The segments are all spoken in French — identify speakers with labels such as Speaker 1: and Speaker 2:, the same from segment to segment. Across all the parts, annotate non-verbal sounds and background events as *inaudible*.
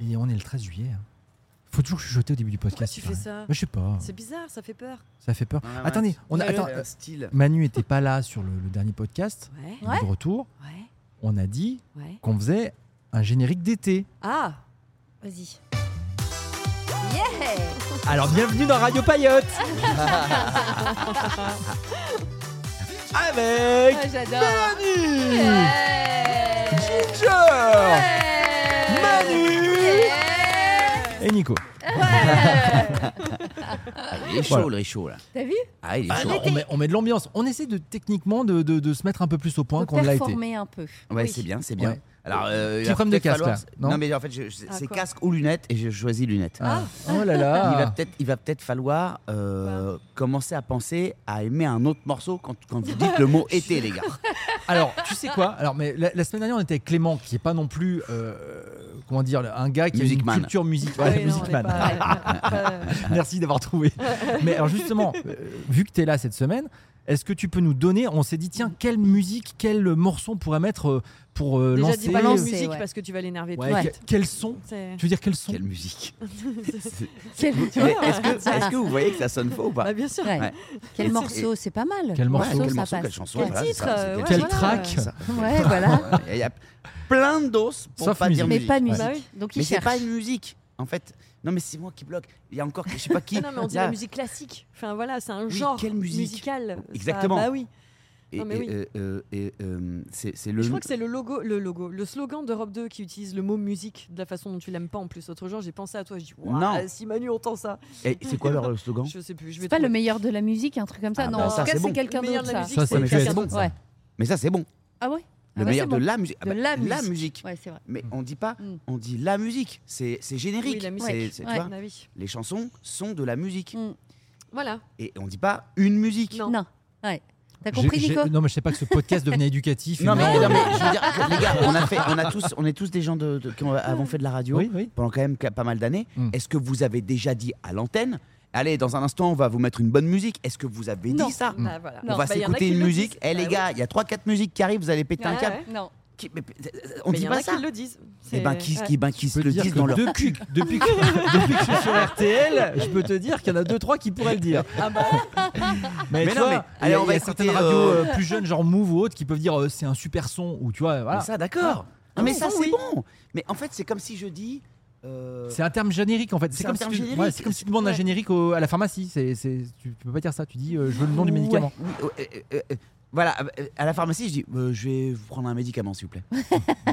Speaker 1: Et on est le 13 juillet. hein. Faut toujours chuchoter au début du podcast.
Speaker 2: tu
Speaker 1: il
Speaker 2: fais
Speaker 1: paraît.
Speaker 2: ça
Speaker 1: Moi, Je sais pas.
Speaker 2: C'est bizarre, ça fait peur.
Speaker 1: Ça fait peur.
Speaker 3: Ouais, ouais,
Speaker 1: Attendez,
Speaker 3: c'est-
Speaker 1: on a,
Speaker 2: Ouais,
Speaker 1: attends,
Speaker 3: c'est
Speaker 1: euh,
Speaker 3: un style.
Speaker 1: Manu était pas là sur le, le dernier podcast.
Speaker 2: Ouais,
Speaker 1: Il est De retour,
Speaker 2: ouais,
Speaker 1: on a dit
Speaker 2: ouais.
Speaker 1: qu'on faisait un générique d'été.
Speaker 2: Ah
Speaker 4: Vas-y.
Speaker 1: Alors bienvenue dans Radio Payotte Avec
Speaker 2: J'adore
Speaker 1: Manu Ginger
Speaker 2: Manu
Speaker 1: Manu Et Nico.
Speaker 3: Ah, il est chaud,
Speaker 1: Voilà.
Speaker 3: le chaud là.
Speaker 4: T'as vu
Speaker 3: Ah, il est
Speaker 1: Ah
Speaker 3: chaud.
Speaker 1: non, on, met, on met de l'ambiance. On essaie de techniquement de, de- de se mettre un peu plus au point qu'on l'a été.
Speaker 4: Performer un peu.
Speaker 3: Ouais,
Speaker 4: Oui.
Speaker 3: c'est bien, c'est bien.
Speaker 1: Ouais.
Speaker 3: Alors, euh,
Speaker 1: Petit
Speaker 3: il va
Speaker 1: problème de
Speaker 3: peut-être
Speaker 1: casque,
Speaker 3: falloir-
Speaker 1: là, non
Speaker 3: mais en fait, je- je-
Speaker 2: Ah,
Speaker 3: c'est
Speaker 2: quoi
Speaker 3: casque ou lunettes et je choisis lunettes.
Speaker 1: Ah. Oh là là
Speaker 3: Il va peut-être, il va peut-être falloir euh, commencer à penser à aimer un autre morceau quand, quand vous dites le mot été, les gars.
Speaker 1: Alors, tu sais quoi Alors, mais la, la semaine dernière, on était avec Clément, qui est pas non plus, euh, comment dire, un gars qui
Speaker 3: Music
Speaker 1: a une
Speaker 3: man.
Speaker 1: culture musique.
Speaker 2: Ah
Speaker 1: Ouais,
Speaker 2: oui, non,
Speaker 1: music
Speaker 2: on est
Speaker 1: man.
Speaker 2: pas-
Speaker 1: *laughs* Merci d'avoir trouvé. Mais alors justement, euh, vu que tu es là cette semaine, est-ce que tu peux nous donner On s'est dit tiens, quelle musique, quel euh, morceau on pourrait mettre euh, pour euh,
Speaker 2: Déjà,
Speaker 1: lancer euh,
Speaker 2: dis pas la
Speaker 4: lancer,
Speaker 2: musique
Speaker 4: ouais.
Speaker 2: parce que tu vas
Speaker 4: *laughs*
Speaker 2: l'énerver
Speaker 1: Ouais,
Speaker 2: tout de
Speaker 1: que-
Speaker 2: suite.
Speaker 1: Quel son
Speaker 2: C'est-
Speaker 1: Tu veux dire quel son
Speaker 3: Quelle musique.
Speaker 4: Quel,
Speaker 3: Mais est-ce, que, est-ce que vous voyez que ça sonne faux ou pas
Speaker 2: Bah, bien sûr.
Speaker 4: Ouais.
Speaker 3: Ouais.
Speaker 4: Quel morceau, c'est pas mal.
Speaker 1: Quel
Speaker 3: Ouais,
Speaker 1: morceau,
Speaker 3: quel
Speaker 4: ça
Speaker 3: morceau,
Speaker 4: passe.
Speaker 3: quelle chanson,
Speaker 2: Quel
Speaker 3: voilà, c'est
Speaker 2: titre,
Speaker 3: ça, c'est
Speaker 2: euh,
Speaker 3: quel
Speaker 2: ouais,
Speaker 1: Quel
Speaker 2: voilà.
Speaker 1: track
Speaker 3: Ça.
Speaker 4: Ouais, voilà.
Speaker 3: Ouais, Il y a plein de doses pour
Speaker 1: Sauf
Speaker 3: pas dire
Speaker 1: musique.
Speaker 4: Mais
Speaker 3: musique.
Speaker 4: pas de
Speaker 1: Ouais.
Speaker 4: musique.
Speaker 2: Bah oui.
Speaker 4: Donc il
Speaker 3: Mais c'est
Speaker 4: cherche.
Speaker 3: pas une musique, en fait. Non, mais c'est moi qui bloque. Il y a encore, je sais pas qui.
Speaker 2: Ah *laughs* non, mais on dit
Speaker 3: Là,
Speaker 2: la musique classique. Enfin, voilà, c'est un
Speaker 3: Oui,
Speaker 2: genre
Speaker 3: quelle musique
Speaker 2: musical.
Speaker 3: Exactement.
Speaker 2: Ça- bah oui.
Speaker 3: et-
Speaker 2: Non, mais
Speaker 3: et,
Speaker 2: oui.
Speaker 3: euh, euh, et, euh, c'est, c'est le.
Speaker 2: Je crois que c'est le logo, le logo, le slogan d'Europe 2 qui utilise le mot musique de la façon dont tu l'aimes pas en plus. Autre jour, j'ai pensé à toi, je dis Ouah,
Speaker 3: Non.
Speaker 2: si Manu entend ça.
Speaker 3: Et Eh, c'est quoi leur euh, slogan
Speaker 2: Je sais plus, je
Speaker 4: C'est
Speaker 2: vais
Speaker 4: pas le
Speaker 2: trouver.
Speaker 4: meilleur de la musique, un truc comme ça.
Speaker 3: Ah
Speaker 4: non,
Speaker 3: bah
Speaker 4: en
Speaker 3: ça,
Speaker 4: tout cas,
Speaker 3: c'est bon.
Speaker 4: c'est quelqu'un
Speaker 2: Le meilleur
Speaker 4: d'autre,
Speaker 2: de la
Speaker 4: ça.
Speaker 2: musique,
Speaker 1: Ça,
Speaker 2: c'est
Speaker 1: ça
Speaker 3: mais
Speaker 1: fait
Speaker 2: quelqu'un
Speaker 3: bon,
Speaker 2: d'autre.
Speaker 3: ça.
Speaker 4: Ouais.
Speaker 3: Mais ça, c'est bon.
Speaker 4: Ah ouais
Speaker 3: Le
Speaker 4: Ah bah,
Speaker 3: meilleur
Speaker 4: c'est bon.
Speaker 3: de la musique. Ah
Speaker 4: De
Speaker 3: bah,
Speaker 4: la musique.
Speaker 3: musique.
Speaker 4: Ouais, c'est vrai.
Speaker 3: Mais on dit pas,
Speaker 4: Mm.
Speaker 3: on dit la musique. C'est, c'est générique.
Speaker 2: Oui, la musique.
Speaker 3: C'est- c'est- tu
Speaker 4: Ouais.
Speaker 3: vois,
Speaker 2: Ah oui.
Speaker 3: les chansons sont de la musique.
Speaker 4: Mm.
Speaker 2: Voilà.
Speaker 3: Et on dit pas une musique.
Speaker 2: Non.
Speaker 4: Non. Ouais. T'as
Speaker 1: J'ai-
Speaker 4: compris,
Speaker 1: j'ai-
Speaker 4: Nico
Speaker 1: Non, mais je sais pas que ce podcast devenait éducatif.
Speaker 3: Non,
Speaker 1: et
Speaker 3: mais,
Speaker 1: moi,
Speaker 3: non,
Speaker 1: euh,
Speaker 3: mais je veux dire,
Speaker 2: *laughs*
Speaker 3: que, les gars, on, a fait, on, a tous, on est tous des gens de, de- qui ont- avons fait de la radio.
Speaker 1: oui, oui.
Speaker 3: pendant quand même pas mal d'années.
Speaker 1: Mm.
Speaker 3: Est-ce que vous avez déjà dit à l'antenne Allez, dans un instant, on va vous mettre une bonne musique. Est-ce que vous avez
Speaker 4: Non.
Speaker 3: dit ça
Speaker 1: Mm.
Speaker 2: Bah, voilà.
Speaker 3: On va
Speaker 2: Bah, y en a
Speaker 3: s'écouter
Speaker 2: qui
Speaker 3: une
Speaker 2: le
Speaker 3: musique.
Speaker 2: disent.
Speaker 3: Eh les
Speaker 2: Bah,
Speaker 3: gars, il y a 3-4 musiques qui arrivent, vous allez péter
Speaker 2: ouais.
Speaker 3: un
Speaker 2: Ouais,
Speaker 3: câble.
Speaker 2: ouais.
Speaker 4: Non.
Speaker 3: Qui- mais- euh, on
Speaker 2: Mais
Speaker 3: dit
Speaker 2: y en
Speaker 3: pas
Speaker 2: a
Speaker 3: ça
Speaker 2: qui le disent.
Speaker 3: Eh
Speaker 2: C'est-
Speaker 3: ben, qui,
Speaker 2: ouais.
Speaker 3: qui- ben, qui
Speaker 1: Je
Speaker 3: se
Speaker 1: peux
Speaker 3: le
Speaker 1: te dire
Speaker 3: disent
Speaker 1: que
Speaker 3: dans leur.
Speaker 1: depuis, depuis, que,
Speaker 3: *laughs*
Speaker 1: depuis que je suis sur RTL, je peux te dire qu'il y en a deux trois qui pourraient le dire. *laughs* Mais,
Speaker 3: Mais
Speaker 1: tu
Speaker 3: non,
Speaker 1: vois, il
Speaker 3: mais-
Speaker 1: y a-
Speaker 3: allez, on
Speaker 1: il y
Speaker 3: va
Speaker 1: a
Speaker 3: écouter,
Speaker 1: certaines radios
Speaker 3: euh,
Speaker 1: euh, plus jeunes, genre Move ou autres, qui peuvent dire euh, c'est un super son ou tu vois,
Speaker 3: Mais
Speaker 1: voilà.
Speaker 3: Ça, d'accord.
Speaker 2: Ah,
Speaker 3: Non, mais
Speaker 2: oui,
Speaker 3: ça,
Speaker 2: oui.
Speaker 3: c'est bon. Mais en fait, c'est comme si je dis. euh,
Speaker 1: C'est un terme générique en fait.
Speaker 3: C'est
Speaker 1: C'est
Speaker 3: un
Speaker 1: comme, si
Speaker 3: terme
Speaker 1: tu-
Speaker 3: générique.
Speaker 1: ouais, c'est comme si tu demandes un
Speaker 2: Ouais.
Speaker 1: générique au- à la pharmacie. C'est, c'est- tu, tu peux pas dire ça. Tu dis euh, je veux le nom du
Speaker 3: ouais,
Speaker 1: médicament.
Speaker 3: oui, euh, euh, euh, euh, voilà, euh, à la pharmacie, je dis euh, je vais vous prendre un médicament, s'il vous
Speaker 2: *laughs*
Speaker 3: plaît.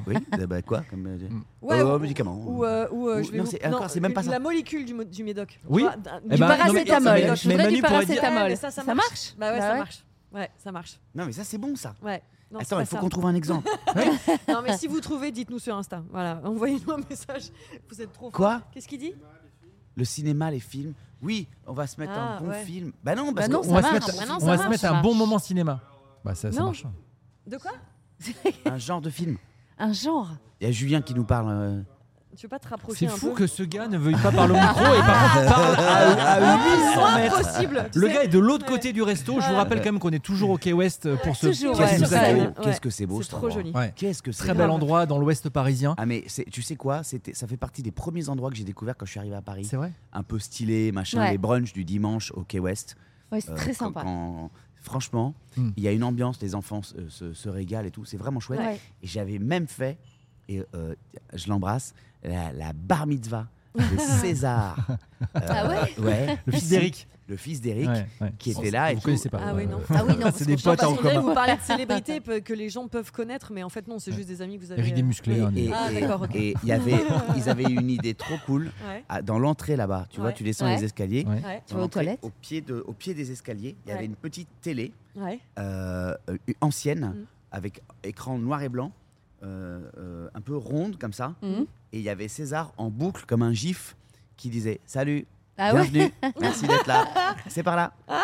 Speaker 3: oui, euh, bah, quoi comme, euh,
Speaker 2: Ouais,
Speaker 3: euh,
Speaker 2: ou-
Speaker 3: médicament.
Speaker 2: Ou, euh, ou, euh,
Speaker 3: Ou-
Speaker 2: je vais
Speaker 3: non,
Speaker 2: vous-
Speaker 3: c'est- encore, c'est même pas ça.
Speaker 2: La molécule du, mo- du médoc.
Speaker 1: Oui.
Speaker 2: Tu vois, d'un-
Speaker 1: Eh ben,
Speaker 2: du
Speaker 1: non, mais-
Speaker 4: paracétamol.
Speaker 1: mais-
Speaker 4: je
Speaker 1: mais
Speaker 4: voudrais
Speaker 1: Manu
Speaker 4: du
Speaker 1: pourrait dire-
Speaker 4: paracétamol.
Speaker 2: Ouais, Ah, mais ça, ça marche. Bah ouais,
Speaker 4: Bah
Speaker 2: ça
Speaker 4: ouais.
Speaker 2: marche. Ouais, ça marche.
Speaker 3: Non, mais ça, c'est bon, ça.
Speaker 2: Ouais. Non, c'est
Speaker 3: Attends,
Speaker 2: pas
Speaker 3: il faut
Speaker 2: ça.
Speaker 3: qu'on trouve un exemple.
Speaker 2: Non, mais si vous trouvez, dites-nous sur Insta. Voilà, envoyez-nous un message. Vous êtes trop.
Speaker 3: Quoi
Speaker 2: Qu'est-ce qu'il dit
Speaker 3: le cinéma, les films. Oui, on va se mettre
Speaker 2: Ah,
Speaker 3: un bon
Speaker 2: ouais.
Speaker 3: film. Bah non, parce
Speaker 4: Bah non,
Speaker 3: que
Speaker 4: ça
Speaker 1: on va se
Speaker 4: marche.
Speaker 1: mettre,
Speaker 4: Ah, bah non,
Speaker 1: on
Speaker 4: ça
Speaker 1: va se
Speaker 4: marche,
Speaker 1: mettre
Speaker 4: ça
Speaker 1: un
Speaker 4: marche.
Speaker 1: bon moment cinéma. Bah ça, ça
Speaker 2: Non.
Speaker 1: marche.
Speaker 2: De quoi
Speaker 3: un genre de film.
Speaker 4: Un genre.
Speaker 3: Il y a Julien qui nous parle. euh,
Speaker 2: Tu veux pas te rapprocher
Speaker 1: C'est
Speaker 2: un
Speaker 1: fou
Speaker 2: peu
Speaker 1: que ce gars ne veuille pas parler au micro et par *laughs* contre parle à, à 800 mètres.
Speaker 2: Impossible. tu
Speaker 1: Le
Speaker 2: sais.
Speaker 1: gars est de l'autre côté du resto. Je vous rappelle quand même qu'on est toujours au Key West pour ce
Speaker 4: Toujours,
Speaker 1: podcast.
Speaker 4: ouais.
Speaker 3: Qu'est-ce que c'est
Speaker 2: Ouais.
Speaker 3: beau, Qu'est-ce que c'est beau
Speaker 2: C'est
Speaker 3: cet
Speaker 2: trop
Speaker 3: endroit.
Speaker 2: joli.
Speaker 1: Ouais.
Speaker 3: Qu'est-ce que c'est
Speaker 1: Très
Speaker 3: beau.
Speaker 1: bel endroit dans l'ouest parisien.
Speaker 3: Ah mais c'est- tu sais quoi C'était, ça fait partie des premiers endroits que j'ai découvert quand je suis arrivé à Paris.
Speaker 1: C'est vrai.
Speaker 3: Un peu stylé, machin,
Speaker 4: Ouais.
Speaker 3: les brunchs du dimanche au Quai West.
Speaker 4: Ouais, c'est
Speaker 3: Euh,
Speaker 4: très
Speaker 3: quand-
Speaker 4: sympa.
Speaker 3: quand- franchement,
Speaker 1: Mm.
Speaker 3: il y a une ambiance, les enfants se, se- se régalent et tout. C'est vraiment chouette.
Speaker 4: Ouais.
Speaker 3: Et j'avais même fait, et euh, je l'embrasse, la, la bar mitzvah
Speaker 2: *laughs*
Speaker 3: de César. Euh,
Speaker 4: Ah ouais
Speaker 1: Le fils d'Eric.
Speaker 3: Le fils d'Eric,
Speaker 1: Ouais, ouais.
Speaker 3: qui était là. et
Speaker 1: Vous
Speaker 3: tout.
Speaker 1: connaissez pas.
Speaker 2: Ah oui, non.
Speaker 4: Ah oui,
Speaker 2: *laughs*
Speaker 4: non, parce
Speaker 1: C'est des
Speaker 4: qu'on chante
Speaker 1: potes en
Speaker 2: Parce qu'on voulait
Speaker 1: commun.
Speaker 2: vous parler de célébrités peu- que les gens peuvent connaître, mais en fait, non, c'est juste des amis que vous avez.
Speaker 1: Eric hein, des musclés. on
Speaker 3: Et,
Speaker 1: est-
Speaker 3: et-
Speaker 2: Ah, d'accord, ok.
Speaker 3: et il y
Speaker 2: *laughs*
Speaker 3: avait, ils avaient une idée trop cool.
Speaker 2: Ouais.
Speaker 3: à- Dans l'entrée là-bas, tu vois,
Speaker 2: Ouais.
Speaker 3: tu descends
Speaker 4: Ouais.
Speaker 3: les escaliers.
Speaker 1: Ouais.
Speaker 2: Ouais.
Speaker 4: Tu vas aux
Speaker 3: L'entrée,
Speaker 4: toilettes
Speaker 3: Au pied, de, au pied des escaliers, il y
Speaker 2: Ouais.
Speaker 3: avait une petite télé
Speaker 2: Ouais.
Speaker 3: euh, euh, ancienne
Speaker 2: Mm.
Speaker 3: avec écran noir et blanc. euh, euh, un peu ronde comme ça.
Speaker 2: Mm.
Speaker 4: Mhm.
Speaker 3: Et il y avait César en boucle comme un gif qui disait Salut,
Speaker 4: Ah ouais
Speaker 3: bienvenue, merci d'être
Speaker 2: *laughs*
Speaker 3: là, c'est par là.
Speaker 2: Ah.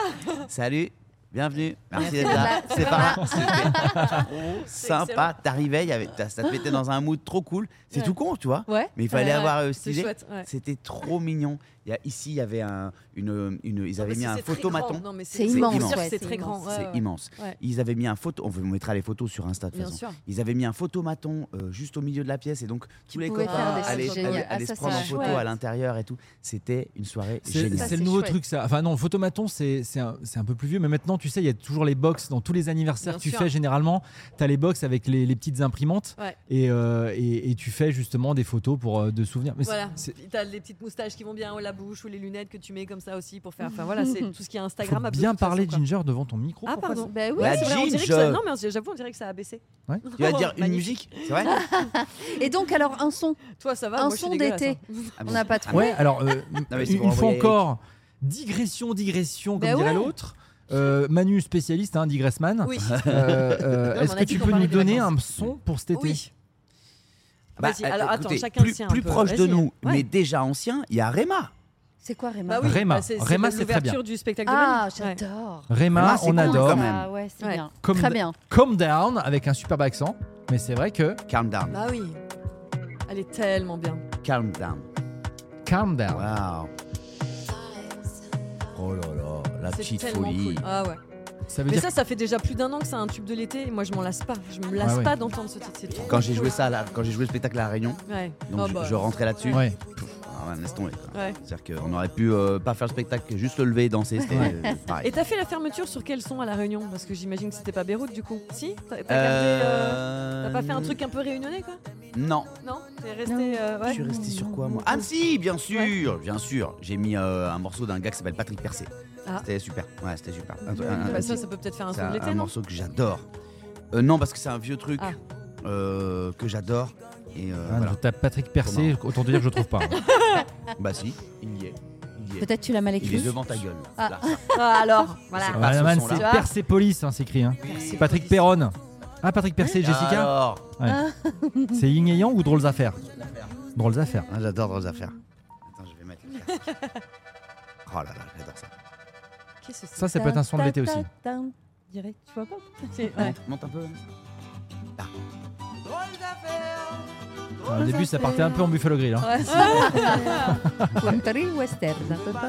Speaker 3: Salut, bienvenue, merci d'être là, c'est par
Speaker 2: *laughs*
Speaker 3: là. C'était trop sympa, t'arrivais, il y avait- t'as- ça te mettait dans un mood trop cool. C'est
Speaker 2: Ouais.
Speaker 3: tout con, tu vois.
Speaker 2: Ouais.
Speaker 3: Mais il fallait
Speaker 2: Ouais,
Speaker 3: avoir euh, cette
Speaker 2: C'est
Speaker 3: idée.
Speaker 2: chouette. ouais.
Speaker 3: C'était trop mignon. Il y a, ici, il y avait un, une, une- ils
Speaker 2: Non,
Speaker 3: avaient
Speaker 2: mais
Speaker 3: mis
Speaker 2: c'est-
Speaker 3: un
Speaker 2: Ah, c'est très
Speaker 3: photomaton.
Speaker 2: grand. Non, mais
Speaker 4: C'est immense,
Speaker 2: sûr que
Speaker 4: ouais,
Speaker 2: C'est
Speaker 4: c'est
Speaker 2: très grand.
Speaker 4: immense.
Speaker 2: ouais,
Speaker 3: C'est
Speaker 2: ouais.
Speaker 3: immense.
Speaker 2: Ouais.
Speaker 3: Ils avaient mis un photo, on vous mettra les photos sur Insta de toute
Speaker 2: Bien
Speaker 3: façon.
Speaker 2: sûr.
Speaker 3: Ils avaient mis un photomaton euh, juste au milieu de la pièce et donc tous les
Speaker 4: pouvais
Speaker 3: copains
Speaker 2: faire des trucs
Speaker 3: allaient,
Speaker 2: géniaux.
Speaker 3: allaient-
Speaker 4: Ah,
Speaker 3: allaient
Speaker 4: ça,
Speaker 3: se prendre en
Speaker 4: c'est
Speaker 3: photo
Speaker 2: chouette.
Speaker 3: à l'intérieur et tout. C'était une soirée
Speaker 1: C'est
Speaker 3: géniale.
Speaker 1: c'est le
Speaker 4: Ça,
Speaker 1: nouveau
Speaker 4: c'est
Speaker 1: truc, ça. Enfin, non, photomaton, c'est c'est un, c'est un peu plus vieux, mais maintenant, tu sais, il y a toujours les box dans tous les anniversaires
Speaker 2: Bien
Speaker 1: que tu
Speaker 2: sûr.
Speaker 1: fais généralement. Tu as les box avec les, les petites imprimantes
Speaker 2: Ouais.
Speaker 1: et, euh, et, et tu fais justement des photos pour euh, de souvenirs. Mais c'est-
Speaker 2: Voilà.
Speaker 1: c'est-
Speaker 2: Puis T'as les petites moustaches qui vont bien, ou la bouche, ou les lunettes que tu mets comme ça aussi pour faire. Enfin voilà, c'est
Speaker 4: *laughs*
Speaker 2: tout ce qui est
Speaker 1: faut
Speaker 2: Instagram. à
Speaker 1: bien parler,
Speaker 2: façon, quoi.
Speaker 1: Ginger, devant ton micro.
Speaker 2: Ah
Speaker 1: pourquoi
Speaker 2: pardon.
Speaker 4: Bah oui.
Speaker 3: Ouais. La
Speaker 2: c'est vrai, on
Speaker 3: Ginge.
Speaker 2: dirait que ça- Non mais j'avoue, on dirait que ça a baissé. *laughs*
Speaker 1: Ouais.
Speaker 3: Tu vas dire une
Speaker 2: Oh, Magnifique.
Speaker 3: musique C'est
Speaker 2: *laughs*
Speaker 3: vrai Ah
Speaker 4: Et donc, alors, un son.
Speaker 2: Toi ça va
Speaker 4: un
Speaker 2: moi, je suis
Speaker 4: son
Speaker 2: dégueulasse,
Speaker 4: d'été.
Speaker 2: hein.
Speaker 3: Ah
Speaker 4: On
Speaker 3: bon
Speaker 4: n'a pas
Speaker 3: Ah
Speaker 4: trouvé.
Speaker 3: bon
Speaker 1: Ouais,
Speaker 2: *laughs*
Speaker 1: alors, euh,
Speaker 3: mais c'est
Speaker 1: une
Speaker 3: pour
Speaker 1: une fois
Speaker 3: envoyer
Speaker 1: encore, digression, digression, comme
Speaker 4: Bah
Speaker 1: dirait
Speaker 4: ouais.
Speaker 1: l'autre. Euh, Manu, spécialiste, hein, digressman.
Speaker 2: Oui.
Speaker 1: Euh, euh,
Speaker 2: Non, mais on
Speaker 1: Est-ce
Speaker 2: a
Speaker 1: que
Speaker 2: dit
Speaker 1: tu
Speaker 2: qu'on
Speaker 1: peux
Speaker 2: parlait
Speaker 1: nous
Speaker 2: des
Speaker 1: donner un
Speaker 2: vacances.
Speaker 1: son pour cet été
Speaker 2: Oui. Vas-y,
Speaker 3: Bah,
Speaker 2: alors attends,
Speaker 3: écoutez,
Speaker 2: chacun le
Speaker 3: plus,
Speaker 2: sien un
Speaker 3: plus
Speaker 2: peu.
Speaker 3: proche de
Speaker 2: Vas-y.
Speaker 3: nous,
Speaker 2: Ouais.
Speaker 3: mais déjà ancien, il y a Réma.
Speaker 4: C'est quoi, Réma
Speaker 2: Bah oui,
Speaker 1: Réma.
Speaker 2: bah, c'est c'est
Speaker 1: Réma, c'est très bien.
Speaker 2: l'ouverture du spectacle de
Speaker 4: Ah,
Speaker 2: Manu. Ouais.
Speaker 4: j'adore.
Speaker 1: Réma,
Speaker 2: Ah,
Speaker 3: Réma, c'est
Speaker 1: on
Speaker 3: cool,
Speaker 1: adore.
Speaker 3: quand même.
Speaker 4: Ah ouais, c'est
Speaker 2: Ouais.
Speaker 4: bien.
Speaker 1: Comme-
Speaker 4: Très bien.
Speaker 1: Calm down avec un superbe accent. Mais c'est vrai que
Speaker 3: Calm down,
Speaker 2: Bah oui. Elle est tellement bien.
Speaker 3: calm down.
Speaker 1: calm down.
Speaker 3: Waouh. Oh là là, la
Speaker 2: C'est
Speaker 3: petite
Speaker 2: tellement
Speaker 3: folie.
Speaker 2: cool. Ah ouais.
Speaker 1: Ça veut
Speaker 2: Mais
Speaker 1: dire
Speaker 2: ça, ça fait déjà plus d'un an que c'est un tube de l'été. et Moi, je m'en lasse pas. Je me lasse
Speaker 1: Ah ouais.
Speaker 2: pas d'entendre ce titre. c'est trop
Speaker 3: Quand j'ai joué
Speaker 2: cool.
Speaker 3: ça, à la- quand j'ai joué le spectacle à la Réunion,
Speaker 2: Ouais.
Speaker 3: donc
Speaker 2: Ah
Speaker 3: je,
Speaker 2: bah.
Speaker 3: je rentrais là-dessus.
Speaker 1: Ouais.
Speaker 3: Ah ouais, laisse tomber, quoi.
Speaker 2: Ouais.
Speaker 3: C'est-à-dire qu'on aurait pu euh, pas faire le spectacle, juste le lever et danser. C'était euh, pareil.
Speaker 2: Et t'as fait la fermeture sur quel son à La Réunion Parce que j'imagine que c'était pas Beyrouth du coup. Si T'as t'as gardé, euh,
Speaker 3: Euh,
Speaker 2: t'as pas fait un truc un peu réunionnais quoi
Speaker 3: Non.
Speaker 2: Non T'es resté. euh,
Speaker 3: Je
Speaker 2: ouais.
Speaker 3: suis resté sur quoi moi Ah si, bien sûr, bien sûr. J'ai mis euh, un morceau d'un gars qui s'appelle Patrick Percé.
Speaker 2: Ah.
Speaker 3: C'était super. Ouais, c'était super. Un- un- un-
Speaker 2: Bah,
Speaker 3: si,
Speaker 2: ça, ça peut peut-être faire un
Speaker 3: c'est
Speaker 2: son de
Speaker 3: un,
Speaker 2: l'été,
Speaker 3: un
Speaker 2: non
Speaker 3: morceau que j'adore. Euh, non, parce que c'est un vieux truc
Speaker 2: Ah.
Speaker 3: euh, que j'adore. Et euh,
Speaker 1: Ah,
Speaker 3: voilà.
Speaker 1: Je tape Patrick Percé, autant te dire que je trouve pas. hein.
Speaker 3: Bah si, il y est. Il y est.
Speaker 4: Peut-être tu l'as mal
Speaker 3: Il est
Speaker 4: écrit.
Speaker 3: devant ta gueule.
Speaker 4: Ah.
Speaker 3: Là, ça.
Speaker 2: Ah, alors
Speaker 3: C'est
Speaker 2: Voilà.
Speaker 3: pas ce
Speaker 1: Man,
Speaker 3: son-là.
Speaker 1: c'est
Speaker 2: Tu vois
Speaker 1: Persépolis, hein, c'est écrit. hein. Patrick Perron. Ah, Patrick Percé et Jessica
Speaker 3: Alors.
Speaker 1: C'est Yin et Yang ou Drôles Affaires Drôles Affaires.
Speaker 3: Ah, j'adore Drôles Affaires. Attends, je vais mettre le casque. oh là là, j'adore ça.
Speaker 2: Qu'est-ce que c'est
Speaker 1: Ça, ça peut être un son de l'été aussi.
Speaker 4: Direct, tu
Speaker 2: *laughs*
Speaker 4: vois pas
Speaker 2: C'est- ouais.
Speaker 3: Monte, monte un peu. Ah.
Speaker 1: Au début, ça partait un peu en Buffalo Grill. hein.
Speaker 4: *laughs*
Speaker 2: Ouais.
Speaker 4: Country western.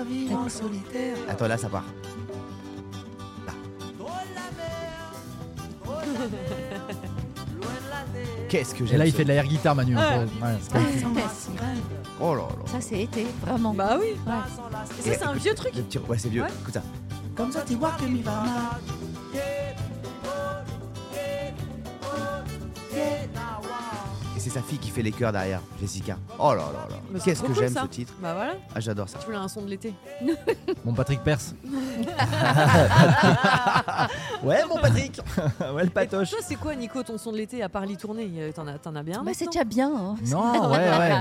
Speaker 2: *laughs*
Speaker 3: Attends, là, ça part.
Speaker 2: *laughs*
Speaker 3: Là. Qu'est-ce que
Speaker 1: Et
Speaker 3: j'aime
Speaker 1: là, il
Speaker 3: ce-
Speaker 1: fait de la air guitare, Manu. hein, pour- ouais, c'est pas-
Speaker 3: Oh là là.
Speaker 4: Ça, c'est été, vraiment.
Speaker 2: Bah oui.
Speaker 4: Ouais.
Speaker 2: Et ça, c'est un vieux truc.
Speaker 3: Le petit- Ouais, c'est vieux.
Speaker 2: Ouais.
Speaker 3: Écoute ça. Et c'est sa fille qui fait les chœurs derrière, Jessica. Oh là là là.
Speaker 2: Mais c'est
Speaker 3: Qu'est-ce
Speaker 2: trop
Speaker 3: que
Speaker 2: cool,
Speaker 3: j'aime
Speaker 2: ça.
Speaker 3: ce titre.
Speaker 2: Bah voilà.
Speaker 3: Ah, j'adore ça.
Speaker 2: Tu voulais un son de l'été.
Speaker 1: Mon Patrick Perce.
Speaker 3: Ouais, mon Patrick.
Speaker 1: ouais, le
Speaker 2: Et Toi, c'est quoi, Nico, ton son de l'été à part l'y tourner T'en as, t'en as bien
Speaker 4: Bah, c'est
Speaker 2: maintenant
Speaker 4: déjà bien. hein.
Speaker 1: Non, ouais, ouais.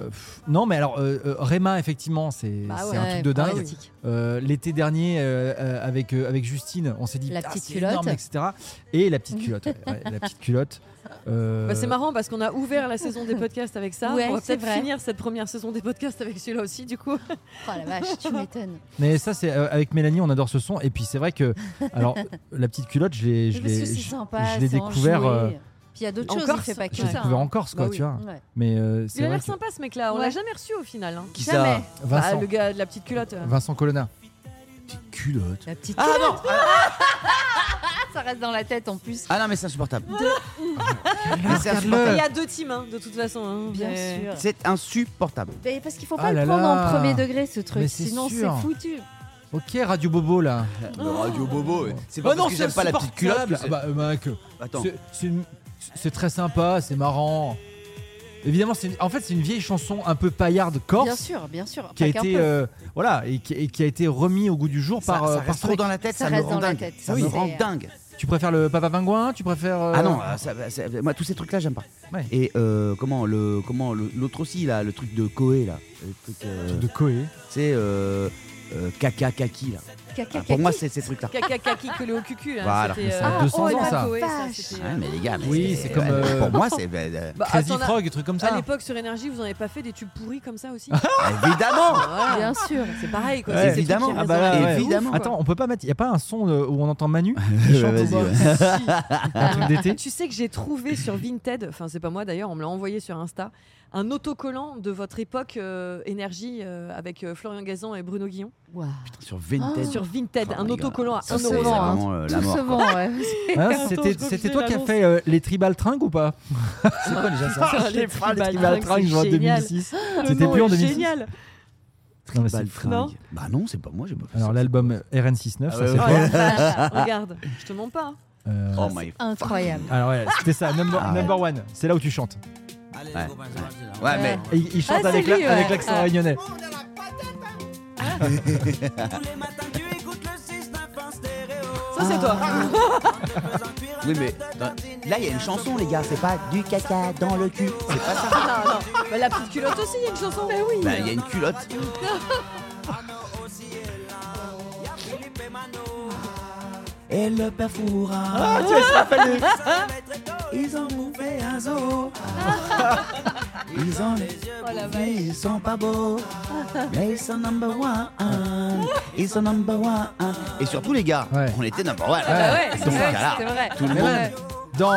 Speaker 1: Euh, pff, non, mais alors, euh, euh, Réma, effectivement, c'est
Speaker 2: Bah
Speaker 1: c'est
Speaker 2: ouais,
Speaker 1: un truc de
Speaker 4: bah
Speaker 1: dingue.
Speaker 4: oui.
Speaker 1: Euh, L'été dernier, euh, euh, avec, euh, avec Justine, on s'est dit
Speaker 4: La
Speaker 1: "Putain,
Speaker 4: petite
Speaker 1: c'est
Speaker 4: culotte.
Speaker 1: énorme, etc. Et la petite culotte. ouais, ouais, la petite
Speaker 4: *laughs*
Speaker 1: culotte. Euh,
Speaker 2: Bah, c'est marrant parce qu'on a ouvert la saison des podcasts avec ça.
Speaker 4: Ouais,
Speaker 2: On va
Speaker 4: c'est
Speaker 2: peut-être
Speaker 4: vrai.
Speaker 2: finir cette première saison des podcasts avec celui-là aussi, du coup.
Speaker 4: Oh la vache, tu m'étonnes.
Speaker 1: Mais ça, c'est euh, avec Mélanie, on adore ce son. Et puis c'est vrai que, alors, la petite culotte, je l'ai, je
Speaker 4: Parce que
Speaker 1: l'ai,
Speaker 4: c'est
Speaker 1: je,
Speaker 4: sympa,
Speaker 1: je l'ai
Speaker 4: c'est
Speaker 1: découvert,
Speaker 4: enjoué.
Speaker 1: euh,
Speaker 4: Puis il y a d'autres
Speaker 2: en
Speaker 4: choses, il
Speaker 2: Corse.
Speaker 4: fait pas que
Speaker 1: je
Speaker 2: Ouais.
Speaker 1: l'ai
Speaker 4: ça.
Speaker 1: découvert en Corse,
Speaker 2: Bah
Speaker 1: quoi,
Speaker 2: oui.
Speaker 1: tu vois.
Speaker 4: Ouais.
Speaker 1: Mais euh,
Speaker 2: Il
Speaker 1: c'est
Speaker 2: a
Speaker 1: vrai
Speaker 2: l'air
Speaker 1: que
Speaker 2: sympa ce mec-là, on
Speaker 4: Ouais.
Speaker 2: l'a jamais reçu au final. hein.
Speaker 3: Qui
Speaker 4: Jamais.
Speaker 3: ça
Speaker 2: Bah,
Speaker 1: Vincent,
Speaker 2: le gars de la petite culotte. euh.
Speaker 1: Vincent Colonna.
Speaker 3: Petite culotte.
Speaker 4: La petite
Speaker 3: Ah non ah,
Speaker 4: ça reste dans la tête en plus.
Speaker 3: ah non, mais c'est insupportable. Mais c'est
Speaker 2: Et Il
Speaker 3: insupportable.
Speaker 2: y a deux teams, hein, de toute façon. hein.
Speaker 4: Euh. Bien
Speaker 2: Mais-
Speaker 4: sûr.
Speaker 3: C'est insupportable.
Speaker 4: Mais parce qu'il faut
Speaker 1: Ah
Speaker 4: pas
Speaker 1: là
Speaker 4: le prendre
Speaker 1: là.
Speaker 4: en premier degré ce truc,
Speaker 1: Mais c'est
Speaker 4: sinon c'est
Speaker 1: sûr.
Speaker 4: foutu.
Speaker 1: Ok, Radio Bobo là. Oh
Speaker 3: Le radio bobo. C'est
Speaker 1: Bah
Speaker 3: pas parce que j'aime pas la petite culotte. que
Speaker 1: Ah
Speaker 3: c'est-
Speaker 1: Bah, euh, mec,
Speaker 3: Attends.
Speaker 1: c'est- c'est une- c'est très sympa, c'est marrant. Évidemment, c'est une- en fait, c'est une vieille chanson un peu paillarde
Speaker 4: Bien
Speaker 1: corse
Speaker 4: sûr, bien sûr.
Speaker 1: qui a
Speaker 4: Pas qu'un
Speaker 1: été
Speaker 4: peu.
Speaker 1: euh, voilà et qui, et qui a été remis au goût du jour
Speaker 3: Ça,
Speaker 1: par, euh,
Speaker 3: ça
Speaker 1: par
Speaker 3: reste trop
Speaker 1: Sonic.
Speaker 3: dans la tête,
Speaker 4: Ça
Speaker 3: ça, me
Speaker 4: reste
Speaker 3: rend
Speaker 4: dans la
Speaker 3: dingue.
Speaker 4: tête.
Speaker 3: Ça
Speaker 4: Oui.
Speaker 3: me rend
Speaker 4: C'est-
Speaker 3: dingue.
Speaker 1: Tu préfères le Papa Pingouin Tu préfères euh,
Speaker 3: Ah non, ah, ça- ça- moi tous ces trucs-là, j'aime pas.
Speaker 1: Ouais.
Speaker 3: Et euh, comment le comment le- l'autre aussi là, le truc de Koé là, le truc, euh,
Speaker 1: de Koé
Speaker 3: tu sais euh, euh, caca kaki là.
Speaker 4: Caca,
Speaker 3: Ah, Pour moi,
Speaker 4: caca.
Speaker 3: c'est ces trucs-là.
Speaker 2: Kakakaki que le au cucu. hein,
Speaker 3: Voilà.
Speaker 1: Mais
Speaker 2: c'était,
Speaker 1: ça a
Speaker 2: euh,
Speaker 1: 200
Speaker 4: oh,
Speaker 1: ans,
Speaker 4: la
Speaker 1: ça.
Speaker 2: ouais,
Speaker 4: vache.
Speaker 2: c'était,
Speaker 3: Ouais,
Speaker 2: euh,
Speaker 3: mais les gars, mais
Speaker 1: Oui,
Speaker 3: c'est-
Speaker 1: c'est comme, euh,
Speaker 3: Pour moi, c'est. euh,
Speaker 2: bah,
Speaker 1: Crazy
Speaker 2: attends,
Speaker 1: Frog, des trucs comme
Speaker 2: À
Speaker 1: ça.
Speaker 2: l'époque, sur énergie, vous n'avez pas fait des tubes pourris comme ça aussi
Speaker 3: Évidemment
Speaker 2: *laughs* Ah,
Speaker 4: Bien sûr.
Speaker 2: C'est pareil, quoi.
Speaker 1: Ouais,
Speaker 2: c'est ces
Speaker 3: évidemment.
Speaker 2: trucs qui
Speaker 3: Ah bah
Speaker 2: résonnent.
Speaker 3: ouais, ouais.
Speaker 2: C'est ouf,
Speaker 3: Évidemment.
Speaker 2: quoi.
Speaker 1: Attends, on peut pas mettre. Y a pas un son euh, où on entend
Speaker 3: *laughs*
Speaker 1: Manu
Speaker 3: Ouais,
Speaker 1: qui chante
Speaker 3: vas-y,
Speaker 1: au bas
Speaker 3: ouais.
Speaker 1: *laughs* Un truc
Speaker 2: *laughs*
Speaker 1: d'été
Speaker 2: Tu sais que j'ai trouvé sur Vinted, enfin c'est pas moi d'ailleurs, on me l'a envoyé sur Insta, un autocollant de votre époque euh, énergie euh, avec euh, Florian Gazan et Bruno Guillon.
Speaker 4: Waouh.
Speaker 3: Sur Vinted.
Speaker 4: Oh.
Speaker 2: Sur Vinted,
Speaker 3: Oh
Speaker 2: un
Speaker 3: my God.
Speaker 2: autocollant à
Speaker 3: Ça,
Speaker 2: 1
Speaker 3: c'est
Speaker 4: euro,
Speaker 2: euro.
Speaker 4: hein.
Speaker 3: vraiment euh, la
Speaker 4: Tout
Speaker 3: mort.
Speaker 4: se
Speaker 3: quoi.
Speaker 4: vend, ouais.
Speaker 1: Hein,
Speaker 2: Attends,
Speaker 1: C'était
Speaker 2: je crois que
Speaker 1: c'était
Speaker 2: je
Speaker 1: toi
Speaker 2: l'ai
Speaker 1: qui as
Speaker 2: l'annonce.
Speaker 1: fait euh, les tribal tringues ou
Speaker 2: *laughs*
Speaker 1: pas C'est quoi déjà
Speaker 2: Putain, Ah,
Speaker 1: *laughs*
Speaker 2: les tribal
Speaker 1: tribal
Speaker 2: tringues,
Speaker 1: tringues, genre
Speaker 2: c'est génial.
Speaker 1: 2006.
Speaker 2: Le
Speaker 1: C'était
Speaker 2: nom
Speaker 1: plus en
Speaker 2: est
Speaker 1: 2006.
Speaker 2: Génial.
Speaker 1: Non, mais c'est
Speaker 3: Bah, le
Speaker 1: fou.
Speaker 3: fringue.
Speaker 2: Non.
Speaker 3: Bah non, c'est pas moi, j'ai pas fait ça.
Speaker 1: Alors l'album RN69,
Speaker 3: Ah
Speaker 1: ça
Speaker 3: ouais,
Speaker 1: c'est
Speaker 3: ouais.
Speaker 2: Oh
Speaker 1: pas-
Speaker 2: la vache, regarde, je te mens pas. hein.
Speaker 1: Euh,
Speaker 3: Oh my.
Speaker 4: Incroyable.
Speaker 1: Alors ouais, c'était ça, number,
Speaker 3: Ah ouais.
Speaker 1: number one. C'est là où tu chantes.
Speaker 3: Ouais, Ouais, mais.
Speaker 1: Et il il chante
Speaker 4: c'est
Speaker 1: avec
Speaker 4: lui,
Speaker 1: la-
Speaker 4: ouais.
Speaker 1: avec l'accent
Speaker 4: Ah.
Speaker 1: réunionnais.
Speaker 2: Ça c'est toi. *laughs*
Speaker 3: Oui, mais dans- là, il y a une chanson, les gars, c'est pas du caca dans le cul. C'est pas ça.
Speaker 2: non, non. Bah, la petite culotte aussi, il y a une chanson. Mais oui.
Speaker 3: Bah, il y a une culotte. *laughs* Et le père Foura. *laughs* Ils ont bouffé un *laughs* zoo. Ils ont les yeux
Speaker 4: Oh la
Speaker 3: bouffés, ils sont pas beaux. Mais ils sont number one. Ils sont number one. Et surtout, les gars,
Speaker 1: Ouais.
Speaker 3: on était number one.
Speaker 1: Ah
Speaker 2: bah ouais,
Speaker 3: Dans
Speaker 2: c'est
Speaker 3: ce
Speaker 2: vrai,
Speaker 3: cas-là,
Speaker 2: c'est vrai.
Speaker 3: tout le
Speaker 1: Mais
Speaker 3: monde.
Speaker 1: ouais, dans,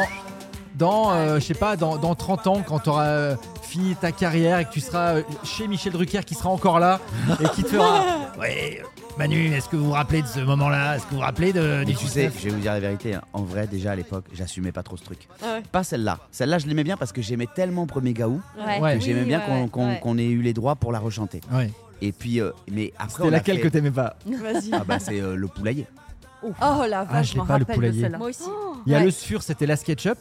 Speaker 1: dans euh, je sais pas, dans, dans 30 ans, quand tu auras fini ta carrière et que tu seras euh, chez Michel Drucker qui sera encore
Speaker 3: *laughs*
Speaker 1: là et qui te fera. Ouais, Manu, est-ce que vous vous rappelez de ce moment-là Est-ce que vous vous rappelez de,
Speaker 3: Mais
Speaker 1: du
Speaker 3: tu sais, je vais vous dire la vérité, hein. en vrai, déjà à l'époque, j'assumais pas trop ce truc.
Speaker 2: Ah ouais.
Speaker 3: Pas celle-là. Celle-là, je l'aimais bien parce que j'aimais tellement Premier Gaou
Speaker 4: Ouais.
Speaker 3: que
Speaker 1: Ouais.
Speaker 3: j'aimais
Speaker 4: Oui,
Speaker 3: bien
Speaker 4: ouais,
Speaker 3: qu'on qu'on-
Speaker 4: ouais.
Speaker 3: qu'on ait eu les droits pour la rechanter.
Speaker 1: Ouais.
Speaker 3: Et puis, euh, mais après. on
Speaker 1: C'était
Speaker 3: a
Speaker 1: laquelle
Speaker 3: fait-
Speaker 1: que t'aimais pas
Speaker 2: Vas-y.
Speaker 3: Ah bah, c'est euh, le poulailler.
Speaker 2: Oh la vache,
Speaker 1: Ah, je
Speaker 2: je
Speaker 1: l'ai
Speaker 2: m'en
Speaker 1: pas, le
Speaker 2: rappelle de
Speaker 1: poulailler.
Speaker 2: celle-là.
Speaker 4: Moi aussi.
Speaker 1: Il y a
Speaker 4: Ouais.
Speaker 1: le sur, c'était la SketchUp.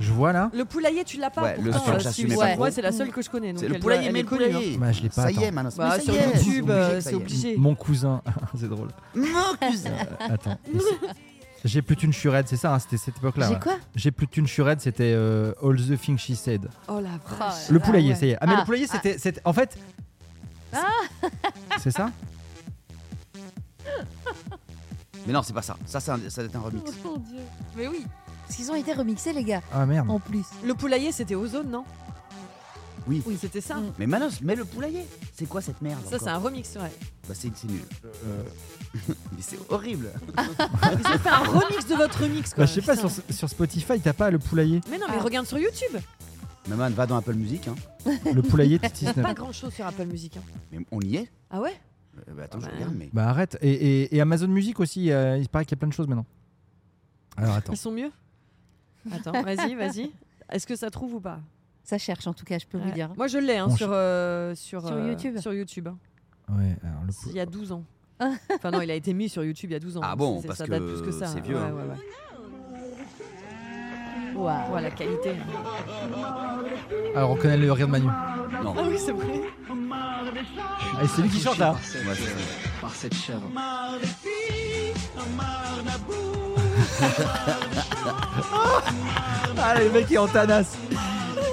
Speaker 1: Je vois là.
Speaker 2: Le poulailler, tu l'as pas
Speaker 3: Ouais, le
Speaker 2: pourtant,
Speaker 3: surf,
Speaker 2: euh,
Speaker 3: j'assumais
Speaker 2: si-
Speaker 4: pas
Speaker 2: ouais,
Speaker 4: trop.
Speaker 2: Moi, c'est la seule que je connais. donc
Speaker 3: C'est le
Speaker 2: elle
Speaker 3: poulailler,
Speaker 2: doit-
Speaker 3: mais
Speaker 2: elle est
Speaker 3: le
Speaker 2: connue, hein.
Speaker 3: poulailler.
Speaker 1: Bah, je l'ai pas,
Speaker 3: Ça y
Speaker 1: attends.
Speaker 3: est, maintenant.
Speaker 2: Bah,
Speaker 3: Mais ça
Speaker 2: sur
Speaker 3: y est,
Speaker 2: YouTube,
Speaker 3: c'est obligé
Speaker 2: euh,
Speaker 3: que ça
Speaker 2: c'est
Speaker 3: y est.
Speaker 2: obligé.
Speaker 1: Mon cousin. *laughs* c'est drôle.
Speaker 3: Mon cousin.
Speaker 1: Euh, attends. J'ai plus une churette, c'est ça, hein, c'était cette époque-là.
Speaker 4: J'ai
Speaker 1: ouais.
Speaker 4: quoi
Speaker 1: J'ai plus une churette, c'était euh, All the Things She Said.
Speaker 2: Oh la vache.
Speaker 1: Le
Speaker 4: Ah
Speaker 1: poulailler,
Speaker 4: ouais.
Speaker 1: ça y est. Ah, mais
Speaker 4: Ah,
Speaker 1: le poulailler,
Speaker 4: ah.
Speaker 1: c'était. c'était- En fait. C'est ça
Speaker 3: Mais non, c'est pas ça. Ça, c'est un, ça doit être un remix.
Speaker 2: Mais oui.
Speaker 4: Parce qu'ils ont été remixés, les gars,
Speaker 1: Ah merde.
Speaker 4: en plus.
Speaker 2: Le poulailler, c'était Ozone, non
Speaker 3: Oui.
Speaker 2: Oui, c'était ça.
Speaker 4: Mm.
Speaker 3: Mais Manos, mais le poulailler. C'est quoi cette merde
Speaker 2: Ça,
Speaker 3: encore
Speaker 2: c'est un remix, ouais.
Speaker 3: Bah, c'est c'est nul.
Speaker 1: Euh.
Speaker 3: *laughs* Mais c'est horrible.
Speaker 2: Ils ont fait un remix de votre remix, quoi.
Speaker 1: Bah, je sais pas,
Speaker 2: Putain.
Speaker 1: sur, sur Spotify, t'as pas le poulailler.
Speaker 2: Mais non, mais
Speaker 4: Ah.
Speaker 2: regarde sur YouTube.
Speaker 3: Maman, va dans Apple Music. Hein.
Speaker 1: Le poulailler de
Speaker 2: Il y a
Speaker 1: 19.
Speaker 2: *laughs* pas grand chose sur Apple Music. hein.
Speaker 3: Mais on y est.
Speaker 2: Ah ouais Ah
Speaker 3: Euh, bah, attends, je
Speaker 2: Ouais.
Speaker 3: regarde, mais.
Speaker 1: Bah arrête. Et, et- et Amazon Music aussi, euh, il paraît qu'il y a plein de choses maintenant. Alors attends.
Speaker 2: Ils sont mieux Attends, *laughs* vas-y, vas-y. Est-ce que ça trouve ou pas
Speaker 4: Ça cherche, en tout cas, je peux vous
Speaker 2: Ouais.
Speaker 4: dire.
Speaker 2: Moi, je l'ai hein,
Speaker 1: On
Speaker 2: sur, euh, sur,
Speaker 4: Sur
Speaker 2: euh,
Speaker 4: YouTube.
Speaker 2: Sur YouTube. hein.
Speaker 1: Ouais, alors le pou-
Speaker 2: Il y a
Speaker 3: *laughs*
Speaker 2: 12 ans. enfin, non, il a été mis sur YouTube il y a 12 ans.
Speaker 3: Ah
Speaker 2: hein.
Speaker 3: bon,
Speaker 2: C'est-
Speaker 3: parce
Speaker 2: ça date
Speaker 3: que
Speaker 2: plus que ça.
Speaker 3: c'est vieux,
Speaker 2: Ouais,
Speaker 3: hein.
Speaker 2: ouais, ouais.
Speaker 4: Waouh.
Speaker 2: Ouais, la qualité.
Speaker 1: Alors, on reconnaît le rire de Manu.
Speaker 3: Non.
Speaker 2: hein. Ah oui, c'est vrai.
Speaker 1: Allez, c'est lui qui chante là.
Speaker 3: Ouais, c'est ça.
Speaker 5: Par cette chèvre.
Speaker 1: Ah, le mec est en tanas.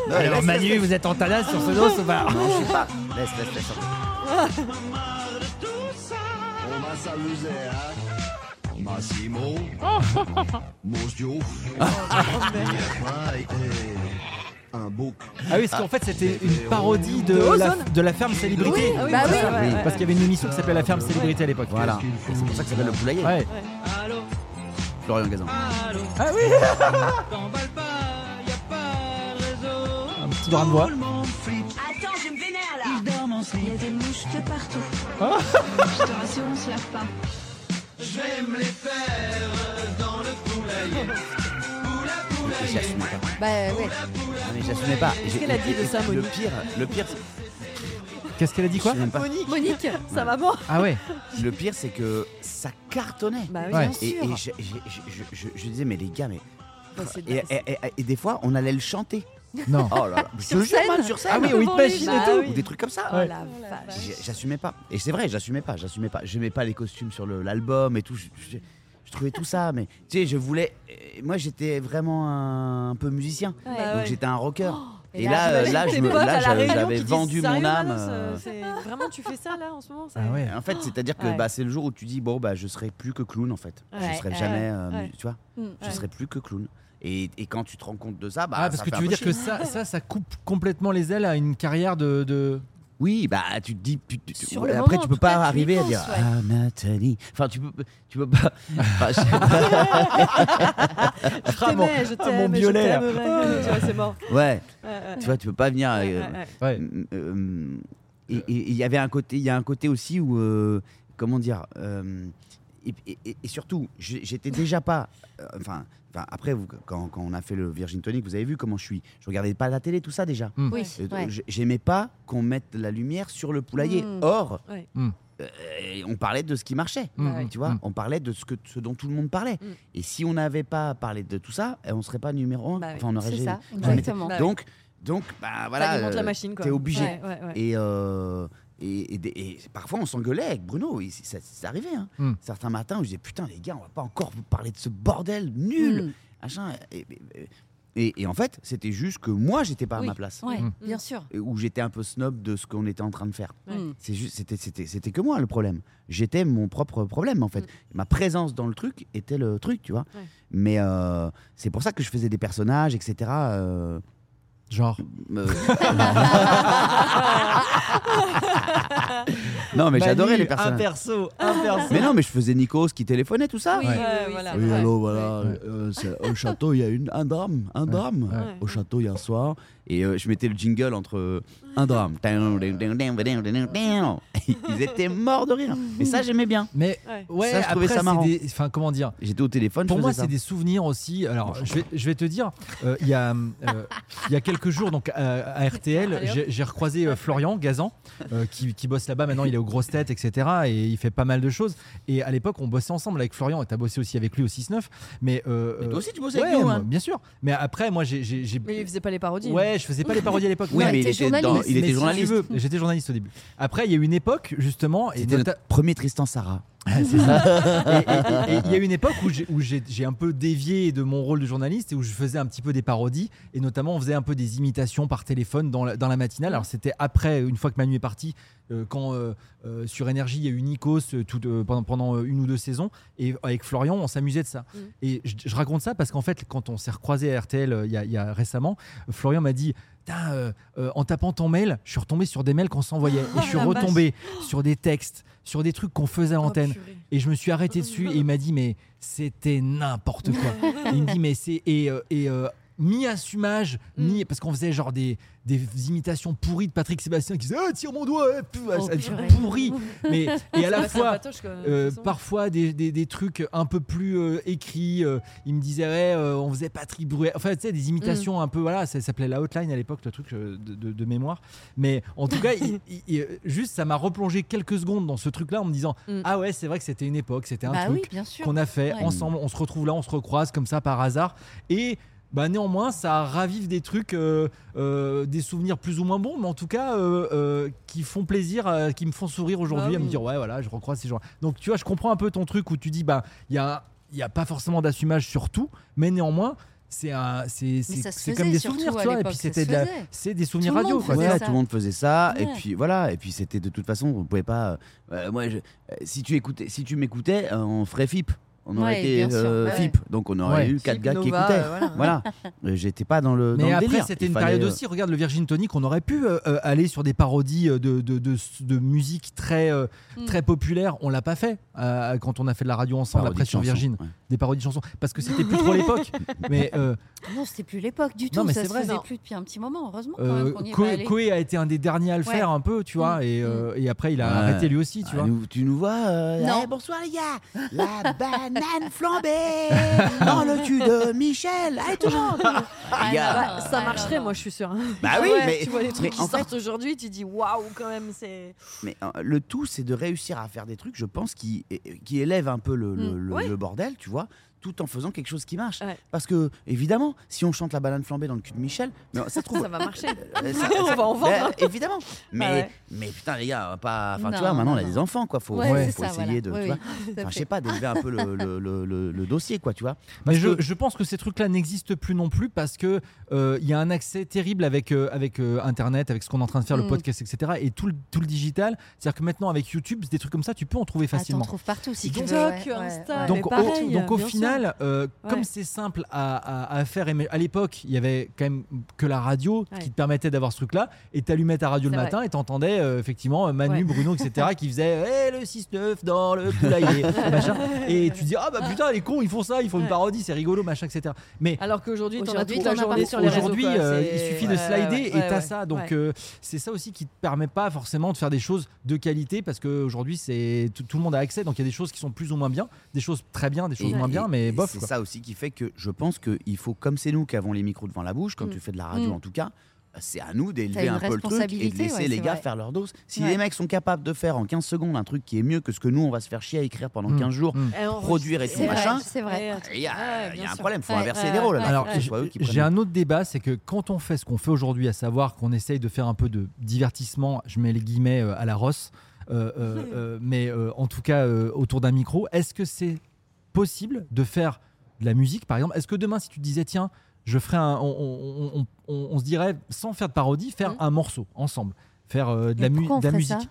Speaker 3: Non,
Speaker 1: Alors
Speaker 3: laisse,
Speaker 1: Manu, vous êtes en tanas sur ce dos ou pas
Speaker 3: laisse. Non, je sais pas. Laisse, laisse, laisse.
Speaker 5: On va s'amuser, hein Massimo.
Speaker 2: *laughs*
Speaker 5: Mozio.
Speaker 2: Oh,
Speaker 5: Un bouc.
Speaker 1: Ah oui, parce qu'en fait, c'était une parodie de
Speaker 2: De
Speaker 1: la,
Speaker 2: Ozone.
Speaker 1: de la ferme célébrité.
Speaker 2: Oui, ah oui,
Speaker 4: Bah
Speaker 2: bah
Speaker 4: oui.
Speaker 2: ça, ouais,
Speaker 3: Oui,
Speaker 2: ouais.
Speaker 1: Parce qu'il y avait une émission qui s'appelait La ferme célébrité à l'époque.
Speaker 3: Voilà. Et C'est pour ça que ça s'appelle le poulailler.
Speaker 1: Ouais.
Speaker 3: Florian Gazan.
Speaker 1: Ah oui Un petit brin de voix.
Speaker 6: Attends, je me vénère là Il y a des mouches de partout. je te rassure, on se lave pas.
Speaker 3: Et j'assumais pas.
Speaker 4: Bah ouais.
Speaker 3: Non, mais j'assumais pas. J'ai-
Speaker 2: qu'elle a dit de
Speaker 3: et- et-
Speaker 2: ça,
Speaker 3: Le
Speaker 2: Monique
Speaker 3: pire, le pire, c'est-
Speaker 1: Qu'est-ce qu'elle a dit
Speaker 3: je sais
Speaker 1: quoi
Speaker 3: même pas.
Speaker 2: Monique,
Speaker 4: Monique
Speaker 2: sa maman.
Speaker 1: Ah ouais.
Speaker 3: Le pire, c'est que ça cartonnait.
Speaker 2: Bah oui,
Speaker 1: Ouais.
Speaker 4: bien
Speaker 3: Et,
Speaker 4: sûr.
Speaker 3: et je, je- je- je- je- je disais, mais les gars, mais.
Speaker 2: Bah, c'est de
Speaker 3: Et,
Speaker 2: la-
Speaker 3: et- et- et des fois, on allait le chanter.
Speaker 1: Non.
Speaker 3: Oh là là. Je te
Speaker 4: Sur
Speaker 3: jure,
Speaker 4: scène
Speaker 3: man, sur scène.
Speaker 1: Ah oui, oui,
Speaker 2: Devant
Speaker 1: te
Speaker 2: les
Speaker 1: machine
Speaker 2: gens.
Speaker 1: et tout.
Speaker 2: Ah
Speaker 3: Ou
Speaker 2: oui.
Speaker 3: des trucs comme ça.
Speaker 2: Oh
Speaker 1: Ouais.
Speaker 2: la vache.
Speaker 3: J'ai- J'assumais pas. Et c'est vrai, j'assumais pas. J'assumais pas. J'aimais pas les costumes sur le- l'album et tout. Je, je- je trouvais tout ça, mais tu sais, je voulais. euh, Moi, j'étais vraiment un, un peu musicien.
Speaker 2: Bah
Speaker 4: Ah
Speaker 3: donc
Speaker 2: ouais.
Speaker 3: j'étais un rocker. Et, là, euh, là, je
Speaker 2: Tes
Speaker 3: me-
Speaker 2: potes à
Speaker 3: là,
Speaker 2: la
Speaker 3: j'a-
Speaker 2: réunion
Speaker 3: j'avais
Speaker 2: qui disent,
Speaker 3: vendu mon
Speaker 2: Sérieux,
Speaker 3: âme.
Speaker 2: Manos,
Speaker 3: euh,
Speaker 2: euh, c'est- Vraiment, tu fais ça là en ce moment ça-
Speaker 1: Ah ouais.
Speaker 3: En fait, c'est-à-dire que
Speaker 4: Ouais.
Speaker 3: bah, c'est le jour où tu dis bon bah je serai plus que clown en fait.
Speaker 4: Ouais,
Speaker 3: je serai
Speaker 4: ouais,
Speaker 3: jamais, euh,
Speaker 2: ouais.
Speaker 3: tu vois, je serai plus que clown. Et, et quand tu te rends compte de ça, bah
Speaker 1: ah, parce
Speaker 3: ça
Speaker 1: que
Speaker 3: fait
Speaker 1: tu
Speaker 3: un
Speaker 1: veux
Speaker 3: peu
Speaker 1: dire que
Speaker 3: chier.
Speaker 1: ça, ça, ça coupe complètement les ailes à une carrière de. de-
Speaker 3: oui, bah tu te dis tu- tu- tu-
Speaker 4: Sur le
Speaker 3: après
Speaker 4: moment,
Speaker 3: tu
Speaker 4: en
Speaker 3: peux
Speaker 4: tout
Speaker 3: pas
Speaker 4: cas, tu y
Speaker 3: arriver à
Speaker 4: penses,
Speaker 3: dire
Speaker 4: ouais.
Speaker 3: ah Nathalie, enfin tu peux tu peux pas. Enfin, je sais
Speaker 4: *laughs*
Speaker 3: pas.
Speaker 2: Je
Speaker 1: Ah, mon-
Speaker 2: t'aimais, je
Speaker 1: ah, mon
Speaker 2: t'aime, je
Speaker 1: violet, là.
Speaker 2: t'aime, ouais, tu
Speaker 3: *laughs*
Speaker 2: vois, c'est mort.
Speaker 3: ouais,
Speaker 2: Ouais, ouais,
Speaker 3: tu vois tu peux pas venir.
Speaker 2: ouais,
Speaker 3: euh,
Speaker 2: ouais, ouais.
Speaker 1: Ouais.
Speaker 3: Mm, euh, et et- et il y avait un côté, il y a un côté aussi où, euh, comment dire, euh, et, et- et- et surtout, j'ai- j'étais déjà pas, euh, enfin, enfin, après vous, quand, quand on a fait le Virgin Tonic, vous avez vu comment je suis. Je regardais pas la télé, tout ça déjà.
Speaker 4: Oui,
Speaker 3: Euh,
Speaker 4: ouais.
Speaker 3: j- J'aimais pas qu'on mette la lumière sur le poulailler.
Speaker 4: Mm.
Speaker 3: Or,
Speaker 2: Ouais.
Speaker 1: Mm.
Speaker 3: euh, on parlait de ce qui marchait.
Speaker 1: Mm,
Speaker 2: ouais.
Speaker 1: mm,
Speaker 3: Tu vois,
Speaker 1: mm.
Speaker 3: on parlait de ce, que, ce dont tout le monde parlait.
Speaker 2: Mm.
Speaker 3: Et si on n'avait pas parlé de tout ça, eh, on serait pas numéro 1.
Speaker 2: Bah oui.
Speaker 3: Enfin, on aurait
Speaker 4: c'est
Speaker 3: jamais-
Speaker 4: ça,
Speaker 3: jamais-
Speaker 4: exactement.
Speaker 2: Bah oui.
Speaker 3: Donc, donc, bah voilà.
Speaker 2: alimente la
Speaker 3: euh,
Speaker 2: machine quoi.
Speaker 3: t'es obligé.
Speaker 2: Ouais, ouais, ouais.
Speaker 3: Et, euh, et, et des- et parfois, on s'engueulait avec Bruno. Et c'est- ça, c'est arrivé. Hein.
Speaker 1: Mm.
Speaker 3: Certains matins, où je disais Putain, les gars, on va pas encore vous parler de ce bordel nul.
Speaker 4: Mm.
Speaker 3: machin. Et, et- et- et en fait, c'était juste que moi, j'étais pas
Speaker 2: Oui.
Speaker 3: à ma place.
Speaker 4: Ouais,
Speaker 1: Mm.
Speaker 4: bien sûr.
Speaker 3: Et Où j'étais un peu snob de ce qu'on était en train de faire.
Speaker 2: Ouais.
Speaker 4: Mm.
Speaker 3: C'est juste, c'était, c'était, c'était que moi le problème. J'étais mon propre problème en fait.
Speaker 2: Mm.
Speaker 3: Ma présence dans le truc était le truc, tu vois.
Speaker 2: Ouais.
Speaker 3: Mais euh, c'est pour ça que je faisais des personnages, etc. euh,
Speaker 1: Genre.
Speaker 3: euh,
Speaker 2: *laughs*
Speaker 3: *laughs* non,
Speaker 1: Bah,
Speaker 3: mais j'adorais les personnages.
Speaker 1: perso, un perso.
Speaker 3: Mais non, mais je faisais Nikos qui téléphonnait, tout ça.
Speaker 2: Oui,
Speaker 1: Ouais.
Speaker 2: ouais,
Speaker 4: Ah,
Speaker 2: voilà.
Speaker 3: Oui,
Speaker 2: Ouais.
Speaker 3: allô,
Speaker 2: Ouais.
Speaker 3: voilà.
Speaker 1: Ouais.
Speaker 3: euh, c'est- au château, il y a une, un drame. Un drame.
Speaker 2: Ouais.
Speaker 3: Au château, il y a un soir. Et euh, je mettais le jingle entre euh, un drame. *laughs* Ils étaient morts de rire. Mais ça, j'aimais bien.
Speaker 1: Mais
Speaker 2: Ouais.
Speaker 1: ouais,
Speaker 3: Ça, je trouvais
Speaker 1: après,
Speaker 3: ça
Speaker 1: c'est
Speaker 3: marrant.
Speaker 1: des- Enfin, comment dire
Speaker 3: J'étais au téléphone. je
Speaker 1: Pour moi,
Speaker 3: faisais
Speaker 1: c'est
Speaker 3: ça.
Speaker 1: des souvenirs aussi. Alors, je vais, je vais te dire, euh, il y, a, euh, il y a quelques jours, donc euh, à RTL,
Speaker 2: Allez, hop.
Speaker 1: j'ai- j'ai recroisé euh, Florian Gazan, euh, qui, qui bosse là-bas. Maintenant, il est aux grosses têtes, etc. Et il fait pas mal de choses. Et à l'époque, on bossait ensemble avec Florian. Et t'as bossé aussi avec lui au 6-9. Mais, euh,
Speaker 3: Mais
Speaker 1: euh,
Speaker 3: toi aussi, tu bossais
Speaker 1: ouais,
Speaker 3: avec nous.
Speaker 1: moi,
Speaker 3: hein.
Speaker 1: bien sûr. Mais après, moi, j'ai. j'ai- j'ai-
Speaker 2: Mais il faisait pas les parodies.
Speaker 1: Ouais, je faisais pas les parodies à l'époque.
Speaker 3: Oui,
Speaker 4: Ouais,
Speaker 3: mais il
Speaker 4: t'es
Speaker 3: était, dans-
Speaker 4: journaliste.
Speaker 3: il
Speaker 1: Mais
Speaker 3: était
Speaker 1: si
Speaker 3: journaliste.
Speaker 1: tu veux, J'étais journaliste au début. Après, il y a eu une époque, justement. et
Speaker 3: C'était
Speaker 1: nota-
Speaker 3: notre premier Tristan Sarah.
Speaker 1: Et il y a eu une époque où j'ai- où j'ai j'ai un peu dévié de mon rôle de journaliste et où je faisais un petit peu des parodies et notamment on faisait un peu des imitations par téléphone dans la, dans la matinale. Alors c'était après, une fois que Manu est parti, euh, quand euh, euh, sur Énergie il y a eu Nikos euh, tout, euh, pendant, pendant euh, une ou deux saisons et avec Florian on s'amusait de ça.
Speaker 2: Mhm.
Speaker 1: Et je, je raconte ça parce qu'en fait quand on s'est recroisé à RTL euh, il y, a- il y a récemment, Florian m'a dit Putain, euh, euh, en tapant ton mail, je suis retombé sur des mails qu'on s'envoyait et je suis
Speaker 2: Oh la vache.
Speaker 1: retombé sur des textes, sur des trucs qu'on faisait à
Speaker 2: Oh,
Speaker 1: l'antenne.
Speaker 2: purée.
Speaker 1: Et je me suis arrêté
Speaker 2: Oh,
Speaker 1: dessus et il m'a dit mais c'était n'importe quoi.
Speaker 2: *laughs*
Speaker 1: Et il me dit mais c'est et, euh, et euh, mi-assumage,
Speaker 2: Mm.
Speaker 1: mi parce qu'on faisait genre des, des imitations pourries de Patrick Sébastien qui disait Ah, tire mon doigt, euh, pff,
Speaker 4: Oh,
Speaker 1: ah, c'est
Speaker 4: purée.
Speaker 2: *laughs*
Speaker 1: pourri. Mais et à la
Speaker 2: Ça va, c'est un
Speaker 1: fois
Speaker 2: patoche, quoi, de toute
Speaker 1: euh,
Speaker 2: façon.
Speaker 1: parfois des, des- des trucs un peu plus euh, écrits. euh, il me disait ouais, euh, on faisait Patrick Bruel. Enfin, tu sais, des imitations un peu. Voilà, ça s'appelait la Hotline à l'époque, le truc euh, de, de- de mémoire. Mais en tout cas, il- il- il- euh, juste, ça m'a replongé quelques secondes dans ce truc-là en me disant
Speaker 2: Mm.
Speaker 1: ah ouais, c'est vrai que c'était une époque, c'était un
Speaker 4: Bah
Speaker 1: truc
Speaker 4: oui, bien sûr.
Speaker 1: qu'on a fait
Speaker 4: Ouais.
Speaker 1: ensemble. On se retrouve là, on se recroise comme ça par hasard et bah néanmoins, ça ravive des trucs, euh, euh, des souvenirs plus ou moins bons, mais en tout cas euh, euh, qui font plaisir, euh, qui me font sourire aujourd'hui,
Speaker 2: Bah
Speaker 1: à me
Speaker 2: oui.
Speaker 1: dire ouais voilà, je recroise ces gens. Donc tu vois, je comprends un peu ton truc où tu dis bah il y a il y a pas forcément d'assumage sur tout, mais néanmoins c'est un c'est
Speaker 4: Mais
Speaker 1: c'est
Speaker 4: ça se
Speaker 1: c'est
Speaker 4: faisait,
Speaker 1: comme des
Speaker 4: surtout,
Speaker 1: souvenirs,
Speaker 4: à
Speaker 1: tu vois. Et puis
Speaker 4: l'époque, ça
Speaker 1: c'était
Speaker 4: se
Speaker 1: de la-
Speaker 4: faisait.
Speaker 1: c'est des souvenirs
Speaker 4: Tout le
Speaker 1: radio
Speaker 4: monde
Speaker 1: quoi.
Speaker 4: faisait
Speaker 3: Ouais,
Speaker 4: ça.
Speaker 3: tout le monde faisait ça, et
Speaker 4: Ouais.
Speaker 3: puis voilà, et puis c'était de toute façon, vous pouvez pas. euh, euh, moi, je- euh, si tu écoutais, si tu m'écoutais, euh, on ferait FIP, on aurait
Speaker 4: Ouais,
Speaker 3: été
Speaker 4: bien sûr,
Speaker 3: euh,
Speaker 4: ouais.
Speaker 3: FIP, donc on aurait
Speaker 1: Ouais.
Speaker 3: eu quatre
Speaker 2: Philippe
Speaker 3: gars qui
Speaker 2: Nova,
Speaker 3: écoutaient.
Speaker 2: euh,
Speaker 3: *laughs*
Speaker 2: voilà.
Speaker 3: voilà, Euh, j'étais pas dans le. dans
Speaker 1: Mais
Speaker 3: le
Speaker 1: après,
Speaker 3: délire.
Speaker 1: c'était
Speaker 3: Il
Speaker 1: une
Speaker 3: fallait,
Speaker 1: période
Speaker 3: euh,
Speaker 1: aussi. Regarde le Virgin Tonic, on aurait pu euh, euh, aller sur des parodies euh, de, de, de- de musique très, euh,
Speaker 4: Mm.
Speaker 1: très populaire. On l'a pas fait euh, quand on a fait de la radio ensemble
Speaker 3: parodie
Speaker 1: après
Speaker 3: de
Speaker 1: sur
Speaker 3: chansons,
Speaker 1: Virgin.
Speaker 3: ouais.
Speaker 1: Des parodies de chansons. Parce que c'était plus
Speaker 4: *laughs*
Speaker 1: trop l'époque. Mais euh,
Speaker 4: Non, c'était plus l'époque du tout.
Speaker 1: Non, mais
Speaker 4: ça
Speaker 1: c'est
Speaker 4: se
Speaker 1: vrai.
Speaker 4: faisait
Speaker 2: Non.
Speaker 4: plus depuis un petit moment. Heureusement quand
Speaker 1: euh,
Speaker 4: même qu'on y est pas
Speaker 1: Coé
Speaker 4: allé.
Speaker 1: Coé a été un des derniers à le
Speaker 4: Ouais. Mm.
Speaker 1: faire un peu, tu vois. Et, euh, et après, il a
Speaker 3: Ouais.
Speaker 1: arrêté lui aussi, tu
Speaker 3: Ah,
Speaker 1: vois.
Speaker 3: nous- tu nous vois euh,
Speaker 4: Non.
Speaker 3: eh, Bonsoir les gars *laughs* La banane flambée dans le cul de Michel Allez tout le monde
Speaker 4: Ah,
Speaker 3: Les gars.
Speaker 4: non,
Speaker 2: Bah,
Speaker 4: ah,
Speaker 2: ça
Speaker 4: non,
Speaker 2: marcherait,
Speaker 4: non.
Speaker 2: moi, je suis sûre.
Speaker 3: Bah oui,
Speaker 2: Ouais,
Speaker 3: mais-
Speaker 2: tu vois les
Speaker 3: mais
Speaker 2: trucs qui
Speaker 3: en fait-
Speaker 2: sortent aujourd'hui, tu dis waouh, quand même, c'est.
Speaker 3: Mais euh, le tout, c'est de réussir à faire des trucs, je pense, qui, qui élèvent un peu le, le-
Speaker 4: Mm.
Speaker 3: le-
Speaker 2: Ouais.
Speaker 3: le bordel, tu vois. tout en faisant quelque chose qui marche.
Speaker 2: Ouais.
Speaker 3: Parce que, évidemment, si on chante la banane flambée dans le cul de Michel, mais ça
Speaker 4: *laughs*
Speaker 3: se trouve.
Speaker 2: Ça va marcher.
Speaker 3: euh, ça-
Speaker 2: On
Speaker 3: ça-
Speaker 2: va en vendre.
Speaker 3: Ben, évidemment. Mais,
Speaker 2: ouais.
Speaker 3: mais putain, les gars, on va pas. Enfin,
Speaker 4: hein. Ah
Speaker 3: tu
Speaker 4: Non,
Speaker 3: vois, maintenant, on a
Speaker 4: non,
Speaker 3: des
Speaker 4: non.
Speaker 3: enfants, quoi. Faut,
Speaker 4: Ouais,
Speaker 3: faut
Speaker 4: c'est ça,
Speaker 3: essayer de.
Speaker 4: voilà.
Speaker 3: tu
Speaker 4: Oui,
Speaker 3: vois.
Speaker 4: oui, tout à
Speaker 3: Enfin, je sais
Speaker 4: fait.
Speaker 3: pas, d'élever un peu le, le- le- le- le dossier, quoi, tu vois.
Speaker 1: Mais
Speaker 3: Parce
Speaker 1: je,
Speaker 3: que-
Speaker 1: je pense que ces trucs-là n'existent plus non plus parce que euh, il y a un accès terrible avec euh, avec euh, Internet, avec ce qu'on est en train de faire, le
Speaker 4: Mm.
Speaker 1: podcast, etc. Et tout le, tout le digital. C'est-à-dire que maintenant avec YouTube, des trucs comme ça, tu peux en trouver
Speaker 4: Ah, t'en
Speaker 1: facilement.
Speaker 4: trouves partout si
Speaker 2: TikTok,
Speaker 4: tu veux. ouais, ouais,
Speaker 2: Insta,
Speaker 4: ouais.
Speaker 2: mais
Speaker 1: donc,
Speaker 2: pareil,
Speaker 1: au, donc au
Speaker 2: bien sûr.
Speaker 1: final, euh,
Speaker 2: Ouais.
Speaker 1: comme c'est simple à, à- à faire, et mais à l'époque, il y avait quand même que la radio
Speaker 2: Ouais.
Speaker 1: qui te permettait d'avoir ce truc-là, et t'allumais ta radio le
Speaker 2: C'est vrai.
Speaker 1: matin et t'entendais euh, effectivement euh, Manu,
Speaker 2: Ouais.
Speaker 1: Bruno, etc. qui
Speaker 2: *laughs*
Speaker 1: faisaient Eh, le 6-9 dans le poulailler, machin. Et tu dis ah bah putain les cons ils font ça, ils font
Speaker 2: Ouais.
Speaker 1: une parodie, c'est rigolo, machin, etc. Mais
Speaker 2: Alors qu'aujourd'hui, t'en as
Speaker 4: Aujourd'hui,
Speaker 2: toute la
Speaker 4: t'en as
Speaker 2: journée
Speaker 4: partout.
Speaker 2: sur les réseaux.
Speaker 1: Aujourd'hui,
Speaker 2: quoi.
Speaker 1: euh, il
Speaker 2: C'est-
Speaker 1: suffit de
Speaker 2: ouais,
Speaker 1: slider
Speaker 2: ouais,
Speaker 1: et
Speaker 2: ouais,
Speaker 1: t'as
Speaker 2: ouais.
Speaker 1: ça. Donc
Speaker 2: Ouais.
Speaker 1: euh, c'est ça aussi qui te permet pas forcément de faire des choses de qualité parce qu'aujourd'hui c'est tout, tout le monde a accès. Donc il y a des choses qui sont plus ou moins bien, des choses très bien, des choses
Speaker 3: Et-
Speaker 1: moins bien,
Speaker 3: et-
Speaker 1: mais
Speaker 3: et
Speaker 1: bof.
Speaker 3: C'est
Speaker 1: quoi.
Speaker 3: ça aussi qui fait que je pense qu'il faut, comme c'est nous qui avons les micros devant la bouche, quand
Speaker 2: Mm.
Speaker 3: tu fais de la radio
Speaker 4: Mm.
Speaker 3: en tout cas, bah, c'est à nous d'élever
Speaker 4: une
Speaker 3: un peu le truc et de
Speaker 4: responsabilité,
Speaker 3: laisser
Speaker 4: ouais,
Speaker 3: les
Speaker 4: c'est
Speaker 3: gars
Speaker 4: vrai.
Speaker 3: faire leur dose. Si
Speaker 4: Ouais.
Speaker 3: les mecs sont capables de faire en 15 secondes un truc qui est mieux que ce que nous on va se faire chier à écrire pendant
Speaker 1: Mm.
Speaker 3: 15 jours,
Speaker 1: Mm.
Speaker 2: Et enregistrer,
Speaker 3: produire et tout
Speaker 4: C'est vrai,
Speaker 3: machin,
Speaker 4: c'est vrai.
Speaker 3: il y
Speaker 2: Ouais,
Speaker 3: a, il y a
Speaker 2: bien
Speaker 3: un
Speaker 2: sûr.
Speaker 3: problème, il faut
Speaker 4: Ouais,
Speaker 3: inverser
Speaker 2: ouais,
Speaker 3: les rôles.
Speaker 2: ouais.
Speaker 3: là.
Speaker 1: Alors,
Speaker 3: Faut que ce soit Bah, eux qui
Speaker 1: J'ai
Speaker 3: prennent
Speaker 1: un autre débat, c'est que quand on fait ce qu'on fait aujourd'hui, à savoir qu'on essaye de faire un peu de divertissement, je mets les guillemets euh, à la rosse, euh,
Speaker 4: *laughs*
Speaker 1: euh, euh, mais euh, en tout cas euh, autour d'un micro, est-ce que c'est possible de faire de la musique, par exemple Est-ce que demain, si tu disais, tiens, je ferais un, on, on- on- on- on se dirait, sans faire de parodie, faire
Speaker 2: Mhm.
Speaker 1: un morceau ensemble, faire euh, de,
Speaker 4: Mmh. Mais
Speaker 1: la, mu-
Speaker 4: pourquoi on
Speaker 1: de la
Speaker 4: ferait ça
Speaker 1: musique.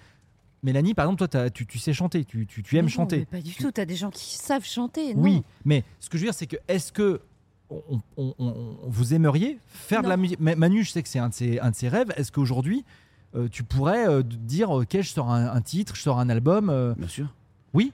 Speaker 1: Mélanie, par exemple, toi, t'as- tu, tu sais chanter, tu, tu- tu aimes
Speaker 4: Mais non,
Speaker 1: chanter.
Speaker 4: mais Pas du
Speaker 1: Tu-
Speaker 4: tout, t'as des gens qui savent chanter. non.
Speaker 1: oui, mais ce que je veux dire, c'est que est-ce que on, on- on- on- vous aimeriez faire de la musique Ma- Manu, je sais que c'est un, de ses- un de ses rêves. Est-ce qu'aujourd'hui, euh, tu pourrais euh, te dire, ok, je sors un, un titre, je sors un album euh,
Speaker 3: Bien sûr.
Speaker 1: Oui.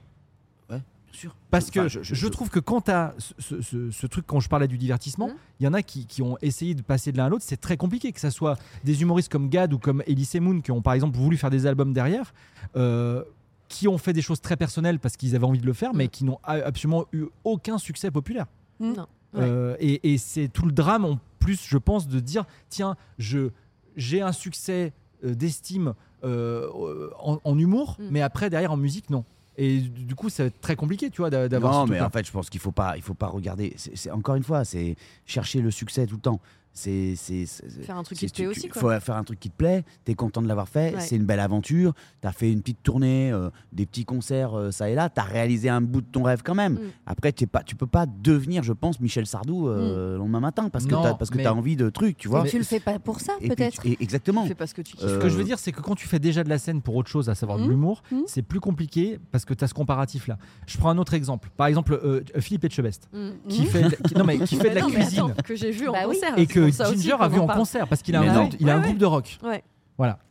Speaker 3: Ouais, bien sûr.
Speaker 1: Parce
Speaker 3: Enfin,
Speaker 1: que je, trouve que quand à ce, ce- ce- ce truc, quand je parlais du divertissement,
Speaker 2: Mhm.
Speaker 1: il y en a qui, qui ont essayé de passer de l'un à l'autre. C'est très compliqué, que ce soit des humoristes comme Gad ou comme Elise Moon, qui ont par exemple voulu faire des albums derrière. euh, qui ont fait des choses très personnelles parce qu'ils avaient envie de le faire, mais
Speaker 2: Mhm.
Speaker 1: qui n'ont a- absolument eu aucun succès populaire.
Speaker 2: Mmh. Non. Ouais.
Speaker 1: Euh, et et c'est tout le drame en plus, je pense, de dire tiens, je j'ai un succès euh, d'estime euh, euh, en, en humour,
Speaker 2: Mm.
Speaker 1: mais après derrière en musique non. Et du du coup, ça va être très compliqué, tu vois, d'a- d'avoir.
Speaker 3: Non,
Speaker 1: ce
Speaker 3: mais
Speaker 1: truc-là.
Speaker 3: en fait, je pense qu'il faut pas, il faut pas regarder. C'est c'est- encore une fois, c'est chercher le succès tout le temps. C'est c'est- c'est- c'est-
Speaker 2: Faire un truc
Speaker 3: c'est-
Speaker 2: qui te plaît
Speaker 3: tu-
Speaker 2: aussi,
Speaker 3: tu- faut
Speaker 2: quoi.
Speaker 3: faire un truc qui te plaît. T'es content de l'avoir fait.
Speaker 2: Ouais.
Speaker 3: C'est une belle aventure. T'as fait une petite tournée, euh, des petits concerts, euh, ça et là. T'as réalisé un bout de ton rêve quand même.
Speaker 2: Mm.
Speaker 3: Après, t'es pas, tu peux pas devenir, je pense, Michel Sardou euh, le lendemain matin parce que
Speaker 1: Non,
Speaker 3: t'as, parce que
Speaker 1: mais-
Speaker 3: t'as envie de trucs, tu vois.
Speaker 4: Mais tu le fais pas pour ça,
Speaker 3: Et puis tu-
Speaker 4: peut-être.
Speaker 3: et- Exactement.
Speaker 2: Tu fais pas ce que tu kiffes.
Speaker 1: Ce que
Speaker 3: Euh,
Speaker 1: je veux dire, c'est que quand tu fais déjà de la scène pour autre chose, à savoir
Speaker 2: Mm.
Speaker 1: de
Speaker 4: Mhm.
Speaker 1: l'humour,
Speaker 4: Mhm.
Speaker 1: c'est plus compliqué parce que tu as ce comparatif-là. Je prends un autre exemple. Par exemple, euh, Philippe Etchebest,
Speaker 2: Mm.
Speaker 1: qui, fait de, qui- non, mais, qui fait de la
Speaker 2: *laughs* Non, mais
Speaker 1: cuisine
Speaker 2: attends, que j'ai vu en
Speaker 4: Bah oui.
Speaker 2: concert.
Speaker 1: et
Speaker 2: c'est
Speaker 1: que
Speaker 2: pour ça aussi
Speaker 1: Ginger
Speaker 2: qu'on
Speaker 1: a vu en
Speaker 2: parle.
Speaker 1: concert parce qu'il a,
Speaker 3: Mais
Speaker 1: un
Speaker 3: non.
Speaker 1: groupe, il a un
Speaker 2: Ouais,
Speaker 1: groupe de rock.
Speaker 2: Ouais.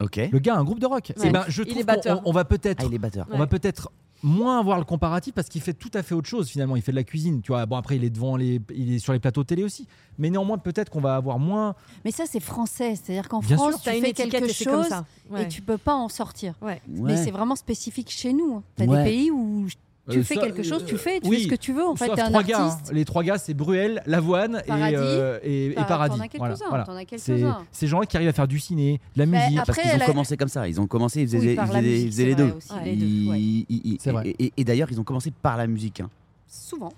Speaker 3: Ok.
Speaker 1: Le gars a un groupe de rock.
Speaker 2: Ouais.
Speaker 1: Et ben, je
Speaker 2: Il est
Speaker 1: trouve qu'on
Speaker 2: batteur.
Speaker 1: on va peut-être
Speaker 3: Ah, il est batteur.
Speaker 1: on va peut-être moins avoir le comparatif parce qu'il fait tout à fait autre chose finalement il fait de la cuisine tu vois bon après il est devant les il est sur les plateaux télé aussi mais néanmoins peut-être qu'on va avoir moins
Speaker 4: Mais ça, c'est français. C'est-à-dire qu'en
Speaker 1: Bien
Speaker 4: France,
Speaker 1: sûr.
Speaker 4: tu
Speaker 2: T'as une
Speaker 4: fais
Speaker 2: étiquette
Speaker 4: quelque
Speaker 2: et c'est comme
Speaker 4: chose
Speaker 2: ça.
Speaker 4: et tu peux pas en sortir.
Speaker 3: Ouais.
Speaker 4: Mais c'est vraiment spécifique chez nous. hein. T'as
Speaker 3: Ouais.
Speaker 4: des pays où tu
Speaker 1: Euh,
Speaker 4: fais
Speaker 1: ça,
Speaker 4: quelque chose,
Speaker 1: euh,
Speaker 4: tu fais, tu
Speaker 1: oui.
Speaker 4: fais ce que tu veux. En fait,
Speaker 1: sauf
Speaker 4: t'es un
Speaker 1: trois gars, hein.
Speaker 4: artiste.
Speaker 1: les trois gars c'est Bruel Lavoine
Speaker 4: Paradis,
Speaker 1: et, euh, et, et
Speaker 4: T'en-
Speaker 1: Paradis
Speaker 4: T'en as
Speaker 1: Voilà,
Speaker 4: quelques-uns.
Speaker 1: voilà.
Speaker 4: T'en as
Speaker 1: c'est
Speaker 4: quelques-uns.
Speaker 1: ces gens-là qui arrivent à faire du ciné de la
Speaker 4: Mais
Speaker 1: musique
Speaker 4: après-
Speaker 3: Parce qu'ils ont
Speaker 4: elle a-
Speaker 3: commencé comme ça. Ils ont commencé, ils faisaient,
Speaker 4: Oui,
Speaker 3: ils
Speaker 4: par la
Speaker 3: faisaient- ils
Speaker 4: musique,
Speaker 3: faisaient
Speaker 4: c'est
Speaker 3: les
Speaker 4: vrai
Speaker 3: deux.
Speaker 4: aussi,
Speaker 2: Ouais.
Speaker 4: les deux, ouais.
Speaker 3: Ils- ils- ils-
Speaker 1: C'est vrai.
Speaker 3: Et, et- et d'ailleurs, ils ont commencé par la musique. hein.
Speaker 1: *laughs*
Speaker 4: Souvent.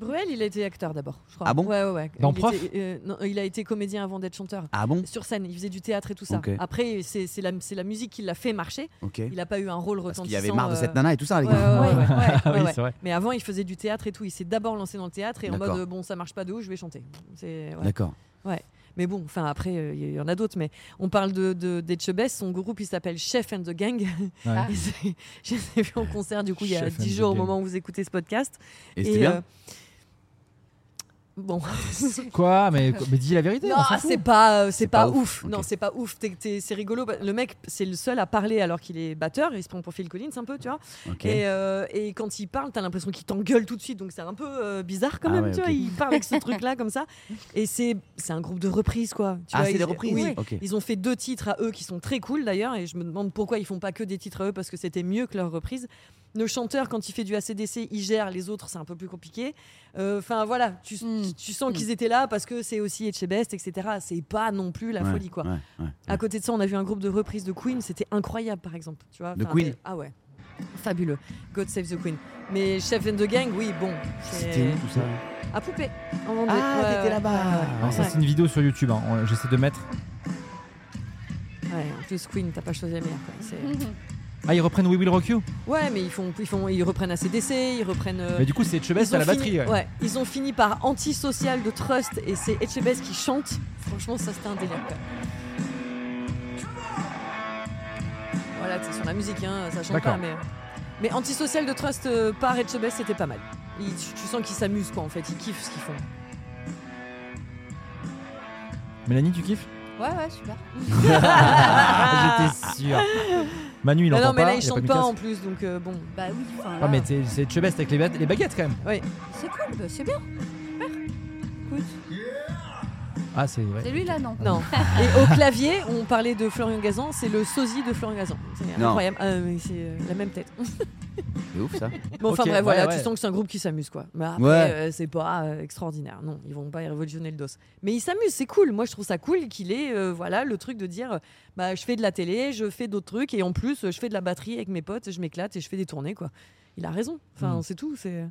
Speaker 2: Bruel, il a été acteur d'abord, je crois.
Speaker 3: Ah bon
Speaker 2: Ouais, ouais, ouais.
Speaker 1: Dans
Speaker 2: il
Speaker 1: Prof
Speaker 2: était, euh, non, Il a été comédien avant d'être chanteur.
Speaker 3: Ah bon
Speaker 2: Sur scène, il faisait du théâtre et tout ça.
Speaker 3: Ok.
Speaker 2: Après, c'est c'est la, c'est la musique qui l'a fait marcher.
Speaker 3: Ok.
Speaker 2: Il n'a pas eu un rôle
Speaker 3: Parce
Speaker 2: retentissant.
Speaker 3: qu'il y avait marre de
Speaker 2: euh,
Speaker 3: cette nana et tout ça. les
Speaker 2: Ouais,
Speaker 3: gars. *laughs*
Speaker 2: ouais, ouais, ouais,
Speaker 1: Ah oui,
Speaker 2: ouais, ouais.
Speaker 1: c'est vrai.
Speaker 2: Mais avant, il faisait du théâtre et tout. Il s'est d'abord lancé dans le théâtre et en
Speaker 3: D'accord.
Speaker 2: mode euh, bon, ça marche pas de ouf, je vais chanter. C'est- ouais.
Speaker 3: D'accord.
Speaker 2: Mais bon, enfin après, euh, il y en a d'autres. Mais on parle de, de d'Etchebest. Son groupe, il s'appelle Chef and the Gang.
Speaker 1: Ouais.
Speaker 2: *laughs* Et c'est- Je les ai vus en concert du coup il y a
Speaker 1: Chef and
Speaker 2: 10
Speaker 1: the
Speaker 2: jours au
Speaker 1: Gang.
Speaker 2: moment où vous écoutez ce podcast.
Speaker 3: Et c'était bien.
Speaker 2: euh,
Speaker 3: *laughs*
Speaker 2: Bon,
Speaker 1: quoi mais, mais dis la vérité
Speaker 2: non,
Speaker 1: on s'en fout.
Speaker 2: c'est pas, euh, c'est
Speaker 3: C'est
Speaker 2: pas,
Speaker 3: pas
Speaker 2: ouf.
Speaker 3: ouf,
Speaker 2: Non,
Speaker 3: ok.
Speaker 2: c'est pas ouf. T'es- t'es- c'est rigolo. Bah, Le mec, c'est le seul à parler alors qu'il est batteur. Il se prend pour Phil Collins un peu, tu vois.
Speaker 3: Ok.
Speaker 2: Et, euh, et quand il parle, t'as l'impression qu'il t'engueule tout de suite, donc c'est un peu euh, bizarre quand
Speaker 3: Ah
Speaker 2: même,
Speaker 3: ouais,
Speaker 2: tu vois.
Speaker 3: ok.
Speaker 2: Il parle
Speaker 3: *laughs*
Speaker 2: avec ce truc-là comme ça, et c'est c'est un groupe de reprises quoi. Tu
Speaker 3: Ah,
Speaker 2: vois,
Speaker 3: c'est
Speaker 2: ils-
Speaker 3: des reprises.
Speaker 2: oui.
Speaker 3: Ok.
Speaker 2: Ils ont fait deux titres à eux qui sont très cool d'ailleurs, et je me demande pourquoi ils font pas que des titres à eux parce que c'était mieux que leurs reprises. Le chanteur, quand il fait du ACDC, il gère, les autres, c'est un peu plus compliqué. Euh, Enfin voilà, tu,
Speaker 3: Hmm.
Speaker 4: Mm.
Speaker 2: tu- tu sens
Speaker 4: Mm.
Speaker 2: qu'ils étaient là parce que c'est aussi Etchebest, etc. C'est pas non plus la
Speaker 3: Ouais,
Speaker 2: folie quoi.
Speaker 3: ouais, ouais, ouais.
Speaker 2: À côté de ça, on a vu un groupe de reprises de Queen, c'était incroyable par exemple. Tu vois
Speaker 3: De
Speaker 2: Enfin,
Speaker 3: Queen
Speaker 2: euh, Ah ouais. Fabuleux. God Save the Queen. Mais Chef and the Gang, oui, bon. c'est-
Speaker 3: C'était où tout ça
Speaker 2: À Poupée, en Vendée.
Speaker 3: Ah,
Speaker 2: Ouais,
Speaker 3: t'étais
Speaker 2: ouais,
Speaker 3: là-bas.
Speaker 2: ouais,
Speaker 1: Alors, Ah, ça,
Speaker 2: ouais.
Speaker 1: c'est une vidéo sur YouTube. hein. On- J'essaie de mettre.
Speaker 2: Ouais, en plus, Queen, t'as pas choisi la meilleure. quoi. C'est-
Speaker 1: Ah, ils reprennent We Will Rock You
Speaker 2: Ouais, mais ils, font, ils, font, ils reprennent ACDC, ils reprennent. euh,
Speaker 1: Mais du coup, c'est Chebest
Speaker 2: ils
Speaker 1: à
Speaker 2: ont
Speaker 1: la
Speaker 2: fini-
Speaker 1: batterie. ouais.
Speaker 2: ouais, ils ont fini par Antisocial de Trust et c'est Etchebest qui chante. Franchement, ça c'était un délire. quoi. Voilà, c'est sur la musique, hein, ça chante
Speaker 1: D'accord.
Speaker 2: pas, mais. euh, Mais Antisocial de Trust euh, par Etchebest, c'était pas mal. Ils- tu, tu sens qu'ils s'amusent, quoi, en fait, ils kiffent ce qu'ils font.
Speaker 1: Mélanie, tu kiffes
Speaker 4: Ouais, ouais, super.
Speaker 1: J'étais sûr. Manu, il
Speaker 2: Ah non,
Speaker 1: entend
Speaker 2: non, mais
Speaker 1: pas.
Speaker 2: là, ils
Speaker 1: il y a
Speaker 2: chantent
Speaker 1: pas,
Speaker 2: pas,
Speaker 1: de
Speaker 2: en
Speaker 1: casque.
Speaker 2: plus, donc euh, bon.
Speaker 4: Bah oui, enfin.
Speaker 1: Ah,
Speaker 4: là,
Speaker 1: mais t'es- c'est Chebest avec les, ba- les baguettes quand même.
Speaker 4: C'est cool, bah, c'est bien. Super. Écoute,
Speaker 1: Ah, c'est vrai.
Speaker 4: c'est lui là, non
Speaker 2: Non.
Speaker 1: *laughs*
Speaker 2: Et au clavier, on parlait de Florian Gazan, c'est le sosie de Florian Gazan. C'est
Speaker 3: Non.
Speaker 2: incroyable. Ah, mais c'est euh, la même tête.
Speaker 3: C'est ouf ça.
Speaker 2: Bon, enfin
Speaker 1: Ok,
Speaker 2: bref, voilà,
Speaker 1: ouais, ouais.
Speaker 2: tu sens que c'est un groupe qui s'amuse, quoi. Mais après,
Speaker 3: Ouais.
Speaker 2: euh, c'est pas euh, extraordinaire. Non, ils vont pas y révolutionner le dos. Mais ils s'amusent, c'est cool. Moi, je trouve ça cool qu'il ait, euh, voilà, le truc de dire, euh, bah, je fais de la télé, je fais d'autres trucs, et en plus, euh, je fais de la batterie avec mes potes, je m'éclate et je fais des tournées, quoi. Il a raison. Enfin,
Speaker 1: Mm.
Speaker 2: c'est tout. C'est,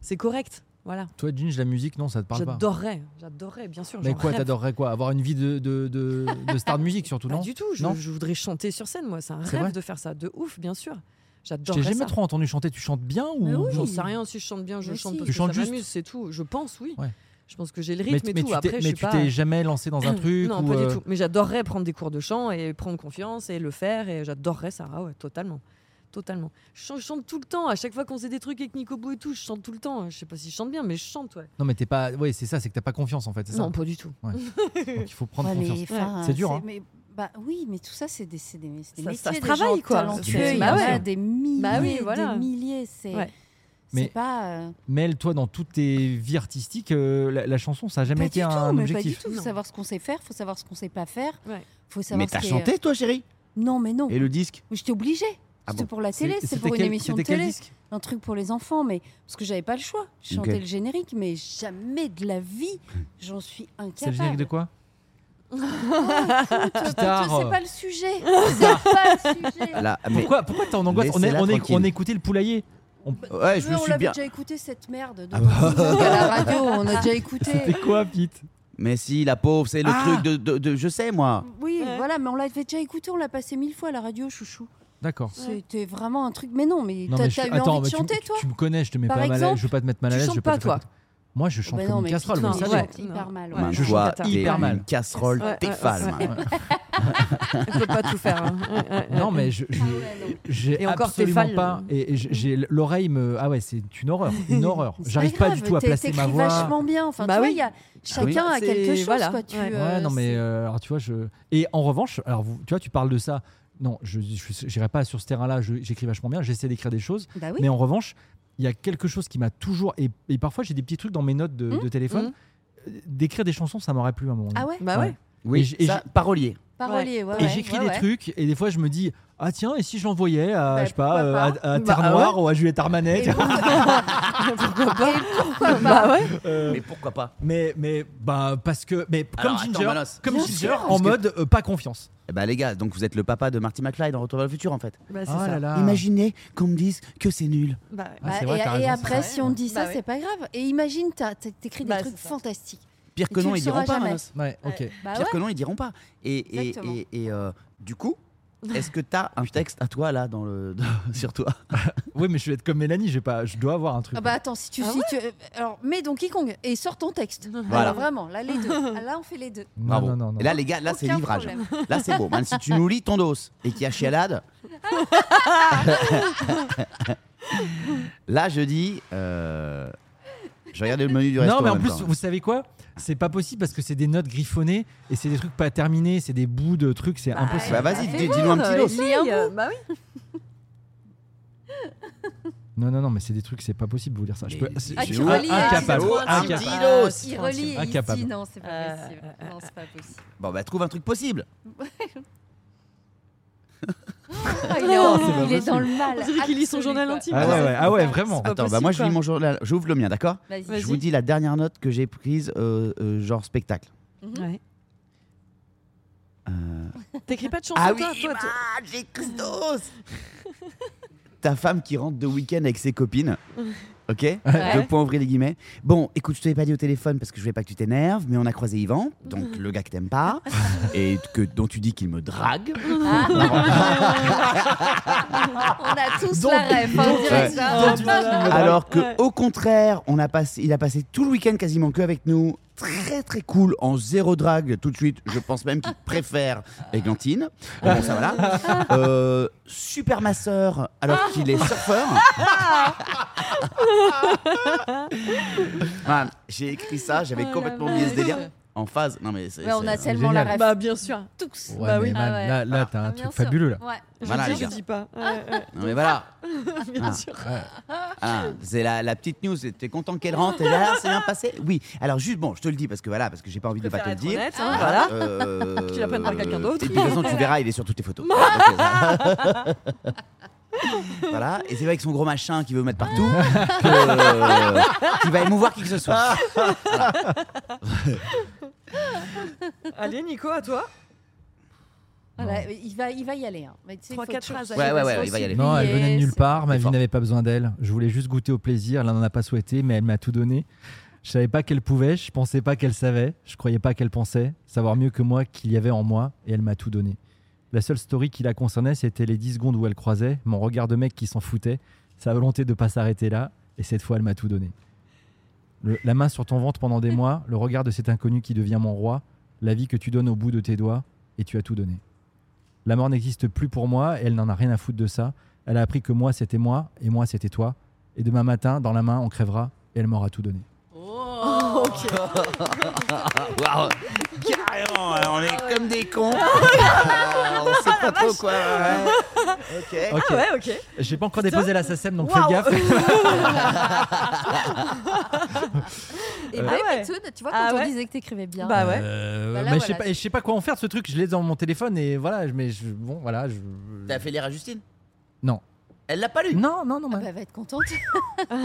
Speaker 2: c'est correct. Voilà.
Speaker 1: Toi, Ginge, la musique, non, ça te parle pas.
Speaker 2: J'adorerais, j'adorerais, bien sûr.
Speaker 1: Mais
Speaker 2: j'en *laughs*
Speaker 1: quoi,
Speaker 2: rêve.
Speaker 1: t'adorerais quoi Avoir une vie de, de, de, de star de musique surtout,
Speaker 2: Pas
Speaker 1: non
Speaker 2: du tout. Je,
Speaker 1: Non.
Speaker 2: je voudrais chanter sur scène, moi. C'est un
Speaker 1: C'est
Speaker 2: rêve
Speaker 1: vrai
Speaker 2: de faire ça. De ouf, bien sûr.
Speaker 1: Je
Speaker 2: J'adore
Speaker 1: t'ai jamais trop entendu chanter. Tu chantes bien ou
Speaker 4: Mais oui.
Speaker 2: J'en sais rien si je chante bien, je
Speaker 4: Mais
Speaker 2: chante
Speaker 4: si.
Speaker 2: parce
Speaker 1: Tu
Speaker 2: que
Speaker 1: chantes
Speaker 2: ça
Speaker 1: juste
Speaker 2: m'amuse, c'est tout. Je pense, oui.
Speaker 1: Ouais.
Speaker 2: Je pense que j'ai le
Speaker 1: mais,
Speaker 2: rythme
Speaker 1: mais
Speaker 2: et tout.
Speaker 1: tu t'es-
Speaker 2: Après, je
Speaker 1: mais
Speaker 2: suis
Speaker 1: tu
Speaker 2: pas.
Speaker 1: t'es jamais lancé dans
Speaker 2: *clears throat*
Speaker 1: un truc
Speaker 2: non,
Speaker 1: ou,
Speaker 2: pas
Speaker 1: euh,
Speaker 2: du tout. Mais j'adorerais prendre des cours de chant et prendre confiance et le faire. Et j'adorerais ça. Ah ouais, totalement. Totalement. Je chante, je chante tout le temps. À chaque fois qu'on faisait des trucs avec Nico Bou et tout, je chante tout le temps. Je sais pas si je chante bien, mais je chante, ouais.
Speaker 1: Non, mais t'es pas. Oui, c'est ça, c'est que t'as pas confiance en fait. C'est ça.
Speaker 2: Non, pas du tout.
Speaker 1: Donc, il faut prendre
Speaker 4: Ouais, mais
Speaker 1: confiance.
Speaker 4: enfin,
Speaker 1: C'est dur, hein.
Speaker 4: mais- bah oui, mais tout ça, c'est des, c'est des, c'est des
Speaker 2: Ça-
Speaker 4: métiers,
Speaker 2: ça se
Speaker 4: des
Speaker 2: travaille,
Speaker 4: gens
Speaker 2: quoi.
Speaker 4: talentueux.
Speaker 2: C'est-
Speaker 4: Il y
Speaker 2: bah
Speaker 4: en
Speaker 2: ouais.
Speaker 4: a des milliers,
Speaker 2: Bah oui, voilà.
Speaker 4: des milliers. C'est
Speaker 2: Ouais.
Speaker 1: Mais-
Speaker 4: c'est pas, euh,
Speaker 1: Mel, toi, dans toutes tes vies artistiques, euh, la, la chanson, ça a jamais
Speaker 4: pas
Speaker 1: été
Speaker 4: du tout,
Speaker 1: un
Speaker 4: mais
Speaker 1: objectif.
Speaker 4: Pas du tout.
Speaker 2: Non.
Speaker 4: Faut savoir ce qu'on sait faire, faut savoir ce qu'on sait pas faire.
Speaker 2: Ouais.
Speaker 4: Faut savoir
Speaker 3: Mais
Speaker 4: ce
Speaker 3: t'as
Speaker 4: qui est-
Speaker 3: chanté toi, chérie
Speaker 4: Non, mais non.
Speaker 3: Et le disque
Speaker 4: Mais J'étais obligée.
Speaker 3: Ah
Speaker 4: C'était
Speaker 3: bon.
Speaker 4: pour la télé,
Speaker 1: C'était
Speaker 4: c'est pour une
Speaker 1: quel-
Speaker 4: émission de
Speaker 1: c'était quel
Speaker 4: télé.
Speaker 1: disque
Speaker 4: Un truc pour les enfants, mais parce que j'avais pas le choix. Je chantais
Speaker 3: Ok.
Speaker 4: le générique, mais jamais de la vie, j'en suis incapable.
Speaker 1: C'est le générique
Speaker 4: *laughs*
Speaker 1: de quoi
Speaker 4: Toi, toi,
Speaker 1: Pitard.
Speaker 4: toi, C'est pas
Speaker 1: *laughs*
Speaker 4: le sujet. C'est pas le sujet.
Speaker 3: Là, mais-
Speaker 1: Pourquoi, pourquoi t'es en angoisse on, est,
Speaker 3: Laissez-la
Speaker 1: on, est-
Speaker 3: tranquille.
Speaker 1: on écoutait le poulailler.
Speaker 3: Ouais, je
Speaker 4: Mais
Speaker 3: me
Speaker 4: on
Speaker 3: suis
Speaker 4: l'avait
Speaker 3: bien. Ah bah.
Speaker 4: déjà écouté cette merde. donc À la radio, on a
Speaker 3: *laughs*
Speaker 4: déjà écouté.
Speaker 1: C'était quoi, Pete
Speaker 3: Mais si, la pauvre, c'est le
Speaker 1: Ah
Speaker 3: truc de, de- de- Je sais, moi.
Speaker 4: Oui,
Speaker 2: Ouais.
Speaker 4: voilà, mais on l'avait déjà écouté, on l'a passé mille fois à la radio, chouchou.
Speaker 1: D'accord.
Speaker 4: C'était vraiment un truc. Mais non, mais
Speaker 1: Non,
Speaker 4: t'as
Speaker 1: mais je-
Speaker 4: t'as eu
Speaker 1: attends,
Speaker 4: envie de
Speaker 1: mais tu-
Speaker 4: chanter,
Speaker 1: tu,
Speaker 4: toi
Speaker 1: tu me connais, je te mets
Speaker 4: Par
Speaker 1: pas mal à l'aise,
Speaker 4: exemple,
Speaker 1: je veux pas te mettre mal à
Speaker 2: tu
Speaker 1: l'aise. je
Speaker 2: chantes
Speaker 1: veux
Speaker 2: pas,
Speaker 1: te
Speaker 2: toi.
Speaker 1: faire- Moi, je chante
Speaker 4: Bah
Speaker 1: comme
Speaker 4: non,
Speaker 1: une
Speaker 4: mais
Speaker 1: casserole,
Speaker 4: putain,
Speaker 1: vous le
Speaker 4: je
Speaker 1: savez.
Speaker 2: ouais.
Speaker 4: chante hyper mal.
Speaker 2: Ouais.
Speaker 4: ouais.
Speaker 1: Je
Speaker 3: Toi,
Speaker 2: chante à ta-
Speaker 3: t'es
Speaker 1: hyper mal.
Speaker 3: une casserole
Speaker 2: Ouais, ouais,
Speaker 3: Tefal,
Speaker 2: ouais.
Speaker 3: man.
Speaker 2: Je peux pas tout faire. hein. Ouais, ouais, ouais.
Speaker 1: Non, mais je, je-
Speaker 4: Ah ouais, non.
Speaker 1: j'ai
Speaker 2: Et encore, t'es
Speaker 1: absolument
Speaker 2: fan.
Speaker 1: pas. Et et j'- j'ai l'oreille me. Ah ouais, c'est une horreur,
Speaker 4: *laughs*
Speaker 1: une horreur.
Speaker 4: C'est
Speaker 1: J'arrive pas du
Speaker 4: grave,
Speaker 1: tout à
Speaker 4: t'é-
Speaker 1: placer ma
Speaker 4: t'écris
Speaker 1: voix.
Speaker 4: vachement bien. Enfin,
Speaker 2: Bah
Speaker 4: tu vois,
Speaker 2: oui.
Speaker 4: il y a,
Speaker 3: oui.
Speaker 4: chacun a
Speaker 2: C'est-
Speaker 4: quelque chose.
Speaker 2: voilà.
Speaker 4: Quoi, tu,
Speaker 2: Ouais.
Speaker 4: euh,
Speaker 1: Ouais, non, mais
Speaker 4: c'est-
Speaker 1: euh, alors tu vois, je. Et en revanche, alors vous- tu vois, tu parles de ça. Non, je je- j'irai pas sur ce terrain-là. je- J'écris vachement bien. J'essaie d'écrire des choses.
Speaker 4: Bah oui.
Speaker 1: Mais en revanche, il y a quelque chose qui m'a toujours. Et, et parfois, j'ai des petits trucs dans mes notes de, de téléphone.
Speaker 2: Mmh.
Speaker 1: Euh, D'écrire des chansons, ça m'aurait plu à un moment. donné.
Speaker 4: Ah ouais
Speaker 2: Bah ouais.
Speaker 1: Et
Speaker 3: *laughs* Oui,
Speaker 1: j- et
Speaker 3: ça, parolier.
Speaker 4: Parolier, ouais.
Speaker 1: Et
Speaker 4: ouais,
Speaker 1: j'écris
Speaker 4: ouais,
Speaker 1: des
Speaker 4: ouais.
Speaker 1: trucs, et des fois, je me dis Ah, tiens, et si je l'envoyais à,
Speaker 4: Bah,
Speaker 1: je sais pas,
Speaker 4: pourquoi
Speaker 1: euh, à, à
Speaker 2: Bah,
Speaker 1: Terre Noire ou à Juliette Armanet
Speaker 4: Et
Speaker 1: tu vois. Ah, bah
Speaker 4: pourquoi pas Et pourquoi pas
Speaker 2: Bah ouais.
Speaker 1: Euh,
Speaker 3: Mais pourquoi pas
Speaker 1: mais, mais, bah, parce que. Mais comme
Speaker 3: Alors, attends,
Speaker 1: Ginger,
Speaker 3: Manos.
Speaker 1: comme
Speaker 3: Bien
Speaker 1: Ginger,
Speaker 3: sûr,
Speaker 1: en
Speaker 3: parce que-
Speaker 1: mode euh, pas confiance.
Speaker 3: Eh Bah, les gars, donc vous êtes le papa de Marty McFly dans Retour vers le futur, en fait.
Speaker 2: Bah, c'est
Speaker 1: Ah
Speaker 2: ça.
Speaker 1: là là.
Speaker 3: Imaginez qu'on me dise que c'est nul.
Speaker 2: Bah, ouais.
Speaker 1: Ah,
Speaker 4: Bah,
Speaker 1: c'est vrai,
Speaker 4: et,
Speaker 1: t'as
Speaker 4: et
Speaker 1: raison,
Speaker 4: après,
Speaker 1: c'est vrai.
Speaker 4: si on te dit ça,
Speaker 2: Bah ouais.
Speaker 4: c'est pas grave. Et imagine, t'as- t'as- t'écris des
Speaker 2: Bah,
Speaker 4: trucs
Speaker 2: c'est ça.
Speaker 4: fantastiques.
Speaker 3: Pire
Speaker 4: Et
Speaker 3: que
Speaker 4: tu
Speaker 3: non,
Speaker 4: le
Speaker 3: ils diront
Speaker 4: sauras
Speaker 3: pas,
Speaker 4: jamais.
Speaker 3: Manos.
Speaker 1: Ouais, ok.
Speaker 4: Bah
Speaker 3: Pire que non, ils diront pas. Et, et-
Speaker 4: Exactement.
Speaker 3: et- et, euh, du coup, est-ce que t'as un texte à toi, là, dans le... *laughs* dans- sur toi
Speaker 1: Oui, mais je vais être comme Mélanie, je, vais pas, je dois avoir un truc.
Speaker 4: Ah bah attends, si tu.
Speaker 2: Ah
Speaker 4: si tu- euh, alors, mets Donkey Kong et sors ton texte.
Speaker 3: Voilà.
Speaker 4: Alors, vraiment, là, les deux. Ah, Là, on fait les deux.
Speaker 1: non,
Speaker 3: Bravo.
Speaker 1: non, non, non.
Speaker 3: Et là, les gars, là, c'est
Speaker 4: Aucun
Speaker 3: livrage.
Speaker 4: problème.
Speaker 3: Là, c'est beau. Man, si tu nous lis ton dos et qu'il y a
Speaker 2: *laughs*
Speaker 3: chialade. là, je dis. euh, Je regardais le menu du restaurant.
Speaker 1: non, mais en
Speaker 3: même
Speaker 1: plus,
Speaker 3: temps.
Speaker 1: vous savez quoi C'est pas possible parce que c'est des notes griffonnées et c'est des trucs pas terminés, c'est des bouts de trucs, c'est
Speaker 2: Ah,
Speaker 1: impossible.
Speaker 3: Bah, vas-y, dis- dis-nous un petit dos.
Speaker 2: Essaye,
Speaker 4: Lis un
Speaker 2: euh, Bah oui.
Speaker 1: Non, non, non, mais c'est des trucs, c'est pas possible de vous lire ça. Je peux,
Speaker 3: Mais-
Speaker 1: c'est-
Speaker 4: Ah,
Speaker 1: je
Speaker 4: tu
Speaker 1: suis
Speaker 4: relis, ah,
Speaker 1: incapable.
Speaker 4: tu te vois,
Speaker 1: incapable.
Speaker 2: tu
Speaker 3: dis
Speaker 2: Ah,
Speaker 3: dos.
Speaker 4: Il
Speaker 2: si,
Speaker 4: relit et il
Speaker 1: Incapable.
Speaker 4: dit non, c'est pas
Speaker 2: Euh,
Speaker 4: possible.
Speaker 2: euh,
Speaker 4: Non, c'est pas possible.
Speaker 3: Bon, bah, trouve un truc possible.
Speaker 4: Ah, il est, en-
Speaker 1: c'est pas
Speaker 4: il est dans le mal.
Speaker 2: On dirait qu'il lit son journal intime.
Speaker 1: Ah ouais, ouais, ah ouais, vraiment.
Speaker 2: Pas
Speaker 3: Attends, bah,
Speaker 2: possible,
Speaker 3: moi, je
Speaker 2: quoi.
Speaker 3: lis mon journal. J'ouvre le mien, d'accord
Speaker 4: Vas-y.
Speaker 2: Vas-y.
Speaker 3: Je vous dis la dernière note que j'ai prise, euh, euh, genre spectacle.
Speaker 2: Ouais.
Speaker 3: Euh, Ah
Speaker 2: Ah T'écris pas de chanson, toi, toi, toi-
Speaker 3: bah, j'ai Christos *laughs* ta femme qui rentre de week-end avec ses
Speaker 2: *laughs*
Speaker 3: copines. Ok
Speaker 2: Ouais.
Speaker 3: Le point ouvrir les guillemets. Bon, écoute, je t'avais pas dit au téléphone parce que je voulais pas que tu t'énerves, mais on a croisé Yvan,
Speaker 2: *laughs*
Speaker 3: donc le gars que t'aimes pas, et que, dont tu dis qu'il me drague.
Speaker 4: Ah, On a tous
Speaker 1: Donc-
Speaker 4: la rêve, hein, on dirait
Speaker 3: Ouais.
Speaker 4: ça.
Speaker 3: Alors que,
Speaker 2: Ah, Ouais.
Speaker 3: au contraire, on a passé, il a passé tout le week-end quasiment que avec nous. Très très cool, en zéro drague tout de suite. Je pense même qu'il préfère Églantine. Mais
Speaker 2: Ah.
Speaker 3: Bon, ça voilà. Euh, super masseur, alors qu'il est
Speaker 2: *laughs*
Speaker 3: surfeur. Man, j'ai écrit ça, j'avais
Speaker 2: Oh la
Speaker 3: complètement
Speaker 2: vache.
Speaker 3: oublié ce délire. En phase, non mais c'est.
Speaker 4: Ouais, on a
Speaker 3: c'est-
Speaker 4: tellement la
Speaker 1: Génial.
Speaker 4: rêve.
Speaker 2: Bah bien sûr.
Speaker 4: tous.
Speaker 1: Ouais,
Speaker 2: Bah
Speaker 1: mais
Speaker 2: oui.
Speaker 1: man,
Speaker 4: Ah ouais.
Speaker 1: là, là, t'as un
Speaker 4: Bien
Speaker 1: truc
Speaker 4: sûr.
Speaker 1: fabuleux là.
Speaker 4: Ouais.
Speaker 2: Je
Speaker 3: Voilà,
Speaker 2: dis,
Speaker 3: les
Speaker 2: je
Speaker 3: gars.
Speaker 2: dis pas.
Speaker 4: Ah,
Speaker 2: Euh, Ouais,
Speaker 3: Non mais voilà.
Speaker 2: ouais, *laughs* bien
Speaker 3: Ah.
Speaker 2: sûr.
Speaker 3: Ah, c'est la, la petite news. T'es content qu'elle rentre et là, c'est bien passé. Oui. Alors juste bon, je te le dis parce que voilà, parce que j'ai pas envie de
Speaker 2: Je
Speaker 3: pas
Speaker 2: préfère
Speaker 3: te le
Speaker 2: être
Speaker 3: dire.
Speaker 2: honnête, hein, voilà.
Speaker 3: Euh,
Speaker 2: Qu'il apprenne par quelqu'un d'autre.
Speaker 3: Et puis de toute façon, tu verras, il est sur toutes tes
Speaker 2: *laughs*
Speaker 3: photos. euh, *laughs* voilà. Et c'est vrai que son gros machin qui veut mettre partout, que- qui va émouvoir qui que ce soit.
Speaker 2: *laughs* Allez Nico, à toi.
Speaker 4: Voilà, il, va, il va y aller. Hein. Mais tu sais,
Speaker 2: Trois,
Speaker 4: faut
Speaker 2: quatre
Speaker 4: toujours-
Speaker 2: phrases.
Speaker 3: Ouais, ouais, ouais, il va y aller.
Speaker 1: Non, elle venait de nulle part. Ma
Speaker 3: C'est
Speaker 1: vie
Speaker 3: fort.
Speaker 1: n'avait pas besoin d'elle. Je voulais juste goûter au plaisir. Elle n'en a pas souhaité, mais elle m'a tout donné. Je savais pas qu'elle pouvait. Je pensais pas qu'elle savait. Je croyais pas qu'elle pensait savoir mieux que moi qu'il y avait en moi. Et elle m'a tout donné. La seule story qui la concernait, c'était les 10 secondes où elle croisait mon regard de mec qui s'en foutait, sa volonté de pas s'arrêter là. Et cette fois, elle m'a tout donné. Le- la main sur ton ventre pendant des mois, le regard de cet inconnu qui devient mon roi, la vie que tu donnes au bout de tes doigts, et tu as tout donné. La mort n'existe plus pour moi, et elle n'en a rien à foutre de ça. Elle a appris que moi c'était moi et moi c'était toi. Et demain matin, dans la main, on crèvera et elle m'aura tout donné.
Speaker 2: Oh, ok.
Speaker 3: Waouh. Carrément, alors, on est comme des cons.
Speaker 2: Ah
Speaker 3: Ah, on sait pas trop quoi.
Speaker 2: *laughs*
Speaker 3: ouais. Ok.
Speaker 1: Ok,
Speaker 2: Ah ouais, ok.
Speaker 1: j'ai pas encore déposé la SACEM donc
Speaker 2: Waouh.
Speaker 1: fais gaffe.
Speaker 4: Et
Speaker 2: Euh,
Speaker 4: ouais,
Speaker 2: ouais.
Speaker 4: bah, mais tout, tu vois, quand
Speaker 2: Ah ouais.
Speaker 4: on disait que t'écrivais bien.
Speaker 3: Ah
Speaker 2: Bah ouais.
Speaker 1: Euh,
Speaker 4: Bah là,
Speaker 1: mais
Speaker 4: voilà.
Speaker 1: je sais pas, et je sais pas quoi en faire de ce truc, je l'ai dans mon téléphone et voilà, je- mais je, bon voilà, je
Speaker 3: T'as fait lire à Justine
Speaker 1: Non.
Speaker 3: Elle l'a pas lu.
Speaker 1: Non, non, non,
Speaker 4: Ah bah,
Speaker 1: man.
Speaker 4: elle va être contente.
Speaker 3: bah.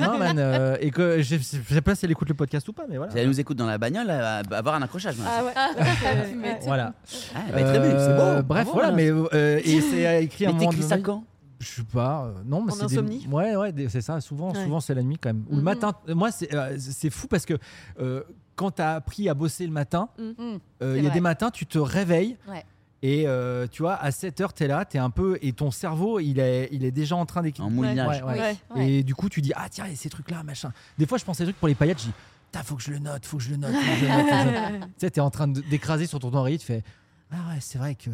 Speaker 1: non, man, euh, et que je, je sais pas si elle écoute le podcast ou pas, mais voilà.
Speaker 3: Si elle nous écoute dans la bagnole, elle va avoir un accrochage. maintenant.
Speaker 4: *laughs*
Speaker 2: Ah ouais.
Speaker 4: Tu
Speaker 2: ouais.
Speaker 4: m'étonnes.
Speaker 1: Voilà.
Speaker 3: Ah, elle va être émue, c'est
Speaker 1: Euh, Bref,
Speaker 3: beau. Bravo,
Speaker 1: voilà,
Speaker 3: Alain.
Speaker 1: mais euh, et c'est écrit à un
Speaker 3: Mais
Speaker 1: moment
Speaker 3: t'écris ça
Speaker 1: donné-
Speaker 3: quand
Speaker 1: Je sais pas. euh, non, mais
Speaker 2: En
Speaker 1: c'est des-
Speaker 2: insomnie
Speaker 1: Ouais, ouais, des- c'est ça. Souvent,
Speaker 2: Ouais.
Speaker 1: souvent c'est la nuit quand même. Ou le
Speaker 4: Mhm.
Speaker 1: matin. Euh, Moi, c'est euh, c'est fou parce que euh, quand t'as appris à bosser le matin,
Speaker 4: Mm.
Speaker 1: euh,
Speaker 4: C'est
Speaker 1: il y a
Speaker 4: vrai.
Speaker 1: des matins, tu te réveilles.
Speaker 4: Ouais.
Speaker 1: Et euh, tu vois, à 7 heures, t'es là, t'es un peu. Et ton cerveau, il est, il est déjà en train d'équilibrer.
Speaker 3: En moulinage.
Speaker 1: Ouais, ouais.
Speaker 4: Ouais.
Speaker 1: Et du coup, tu dis, ah tiens, il y a ces trucs-là, machin. Des fois, je pense à des trucs pour les paillettes, je dis, putain, faut que je le note, faut que je le note. faut que je le note, faut que je le note. tu sais, t'es en train de- d'écraser sur ton oreiller, tu fais, ah ouais, c'est vrai que.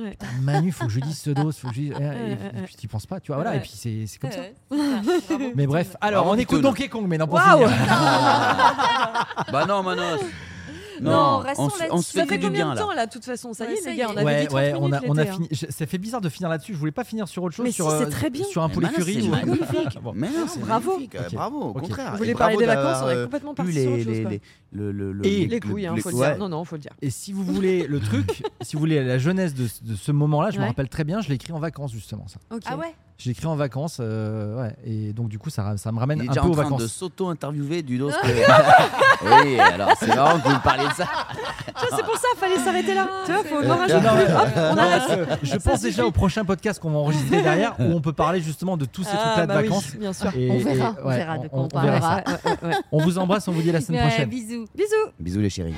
Speaker 2: Ouais.
Speaker 1: Putain, Manu, faut que je
Speaker 2: *laughs*
Speaker 1: dise ce dos, faut que je dise. eh, Et, et- et puis, t'y penses pas, tu vois, voilà,
Speaker 2: Ouais.
Speaker 1: et puis c'est c'est comme ça.
Speaker 4: Ouais,
Speaker 2: *laughs*
Speaker 4: c'est ça. Bravo.
Speaker 1: Mais bref, alors
Speaker 3: Bravo,
Speaker 1: on écoute
Speaker 3: Pitoune.
Speaker 1: Donkey Kong maintenant pour
Speaker 2: Waouh.
Speaker 1: finir.
Speaker 3: Bah
Speaker 1: *laughs*
Speaker 3: non, Manos.
Speaker 4: Non, restons
Speaker 3: on, se- on
Speaker 4: là-dessus.
Speaker 3: se fait,
Speaker 2: Ça
Speaker 3: que
Speaker 2: fait
Speaker 3: du
Speaker 2: combien
Speaker 3: bien
Speaker 2: de
Speaker 3: là.
Speaker 2: temps là, de toute façon Ça y
Speaker 4: Ouais,
Speaker 2: est,
Speaker 4: ça
Speaker 2: les
Speaker 4: y
Speaker 2: gars,
Speaker 4: est.
Speaker 2: on avait dit 30 minutes
Speaker 1: on a, on a
Speaker 2: l'été, hein.
Speaker 1: fini. je- Ça fait bizarre de finir là-dessus. Je voulais pas finir sur autre chose,
Speaker 2: Mais
Speaker 1: sur,
Speaker 2: si, c'est
Speaker 1: euh,
Speaker 2: très bien.
Speaker 1: sur un
Speaker 3: Mais Manos,
Speaker 1: polycurie.
Speaker 3: c'est
Speaker 1: ou-
Speaker 3: magnifique.
Speaker 1: *laughs* Bon.
Speaker 3: Mais non, c'est
Speaker 2: Bravo.
Speaker 3: magnifique. euh,
Speaker 1: Ok.
Speaker 3: Bravo, au
Speaker 1: Ok.
Speaker 3: contraire.
Speaker 2: Vous
Speaker 3: Et
Speaker 2: voulez
Speaker 3: bravo
Speaker 2: parler des
Speaker 3: d'avoir,
Speaker 2: vacances On est
Speaker 3: euh,
Speaker 2: complètement
Speaker 3: eu
Speaker 2: parti sur
Speaker 3: les,
Speaker 2: autre chose.
Speaker 3: les,
Speaker 2: quoi.
Speaker 3: les, le, le, le-
Speaker 1: Et-
Speaker 3: le-
Speaker 2: Les couilles, hein,
Speaker 3: le-
Speaker 2: faut le
Speaker 3: ouais.
Speaker 2: dire. Non, non, faut le dire.
Speaker 1: Et si vous voulez le
Speaker 3: *laughs*
Speaker 1: truc, si vous voulez la jeunesse de, de ce moment-là, je me
Speaker 2: Ouais.
Speaker 1: rappelle très bien, je l'ai écrit en vacances justement ça.
Speaker 2: Ok.
Speaker 4: Ah ouais
Speaker 1: Je l'ai écrit en vacances, euh, ouais, et donc du coup ça, ra- ça me
Speaker 3: Il
Speaker 1: ramène
Speaker 3: est
Speaker 1: un
Speaker 3: déjà
Speaker 1: peu
Speaker 3: en
Speaker 1: aux
Speaker 3: train de
Speaker 1: vacances.
Speaker 3: s'auto-interviewer du
Speaker 2: *laughs*
Speaker 3: dos. que- *laughs* oui, alors c'est marrant que vous me parliez de ça.
Speaker 2: Tu vois, c'est pour ça,
Speaker 4: Ah.
Speaker 2: fallait s'arrêter là. Tu vois, faut
Speaker 3: Euh,
Speaker 2: en rajouter
Speaker 1: non,
Speaker 2: plus.
Speaker 1: mais-
Speaker 2: Hop, on
Speaker 1: Non,
Speaker 2: arrête.
Speaker 1: parce que je pense déjà au prochain podcast qu'on va enregistrer derrière où on peut parler justement de tous ces
Speaker 4: Euh,
Speaker 1: trucs-là
Speaker 2: Ah,
Speaker 1: de
Speaker 2: bah oui,
Speaker 1: vacances.
Speaker 2: bien sûr.
Speaker 1: Et-
Speaker 4: On
Speaker 1: et-
Speaker 4: verra, on
Speaker 1: ouais,
Speaker 4: verra de quoi on
Speaker 1: verra
Speaker 4: parlera.
Speaker 1: ça. On vous embrasse, on vous dit à la semaine
Speaker 4: Ouais,
Speaker 1: prochaine.
Speaker 4: Bisous.
Speaker 2: Bisous.
Speaker 3: Bisous les chéris.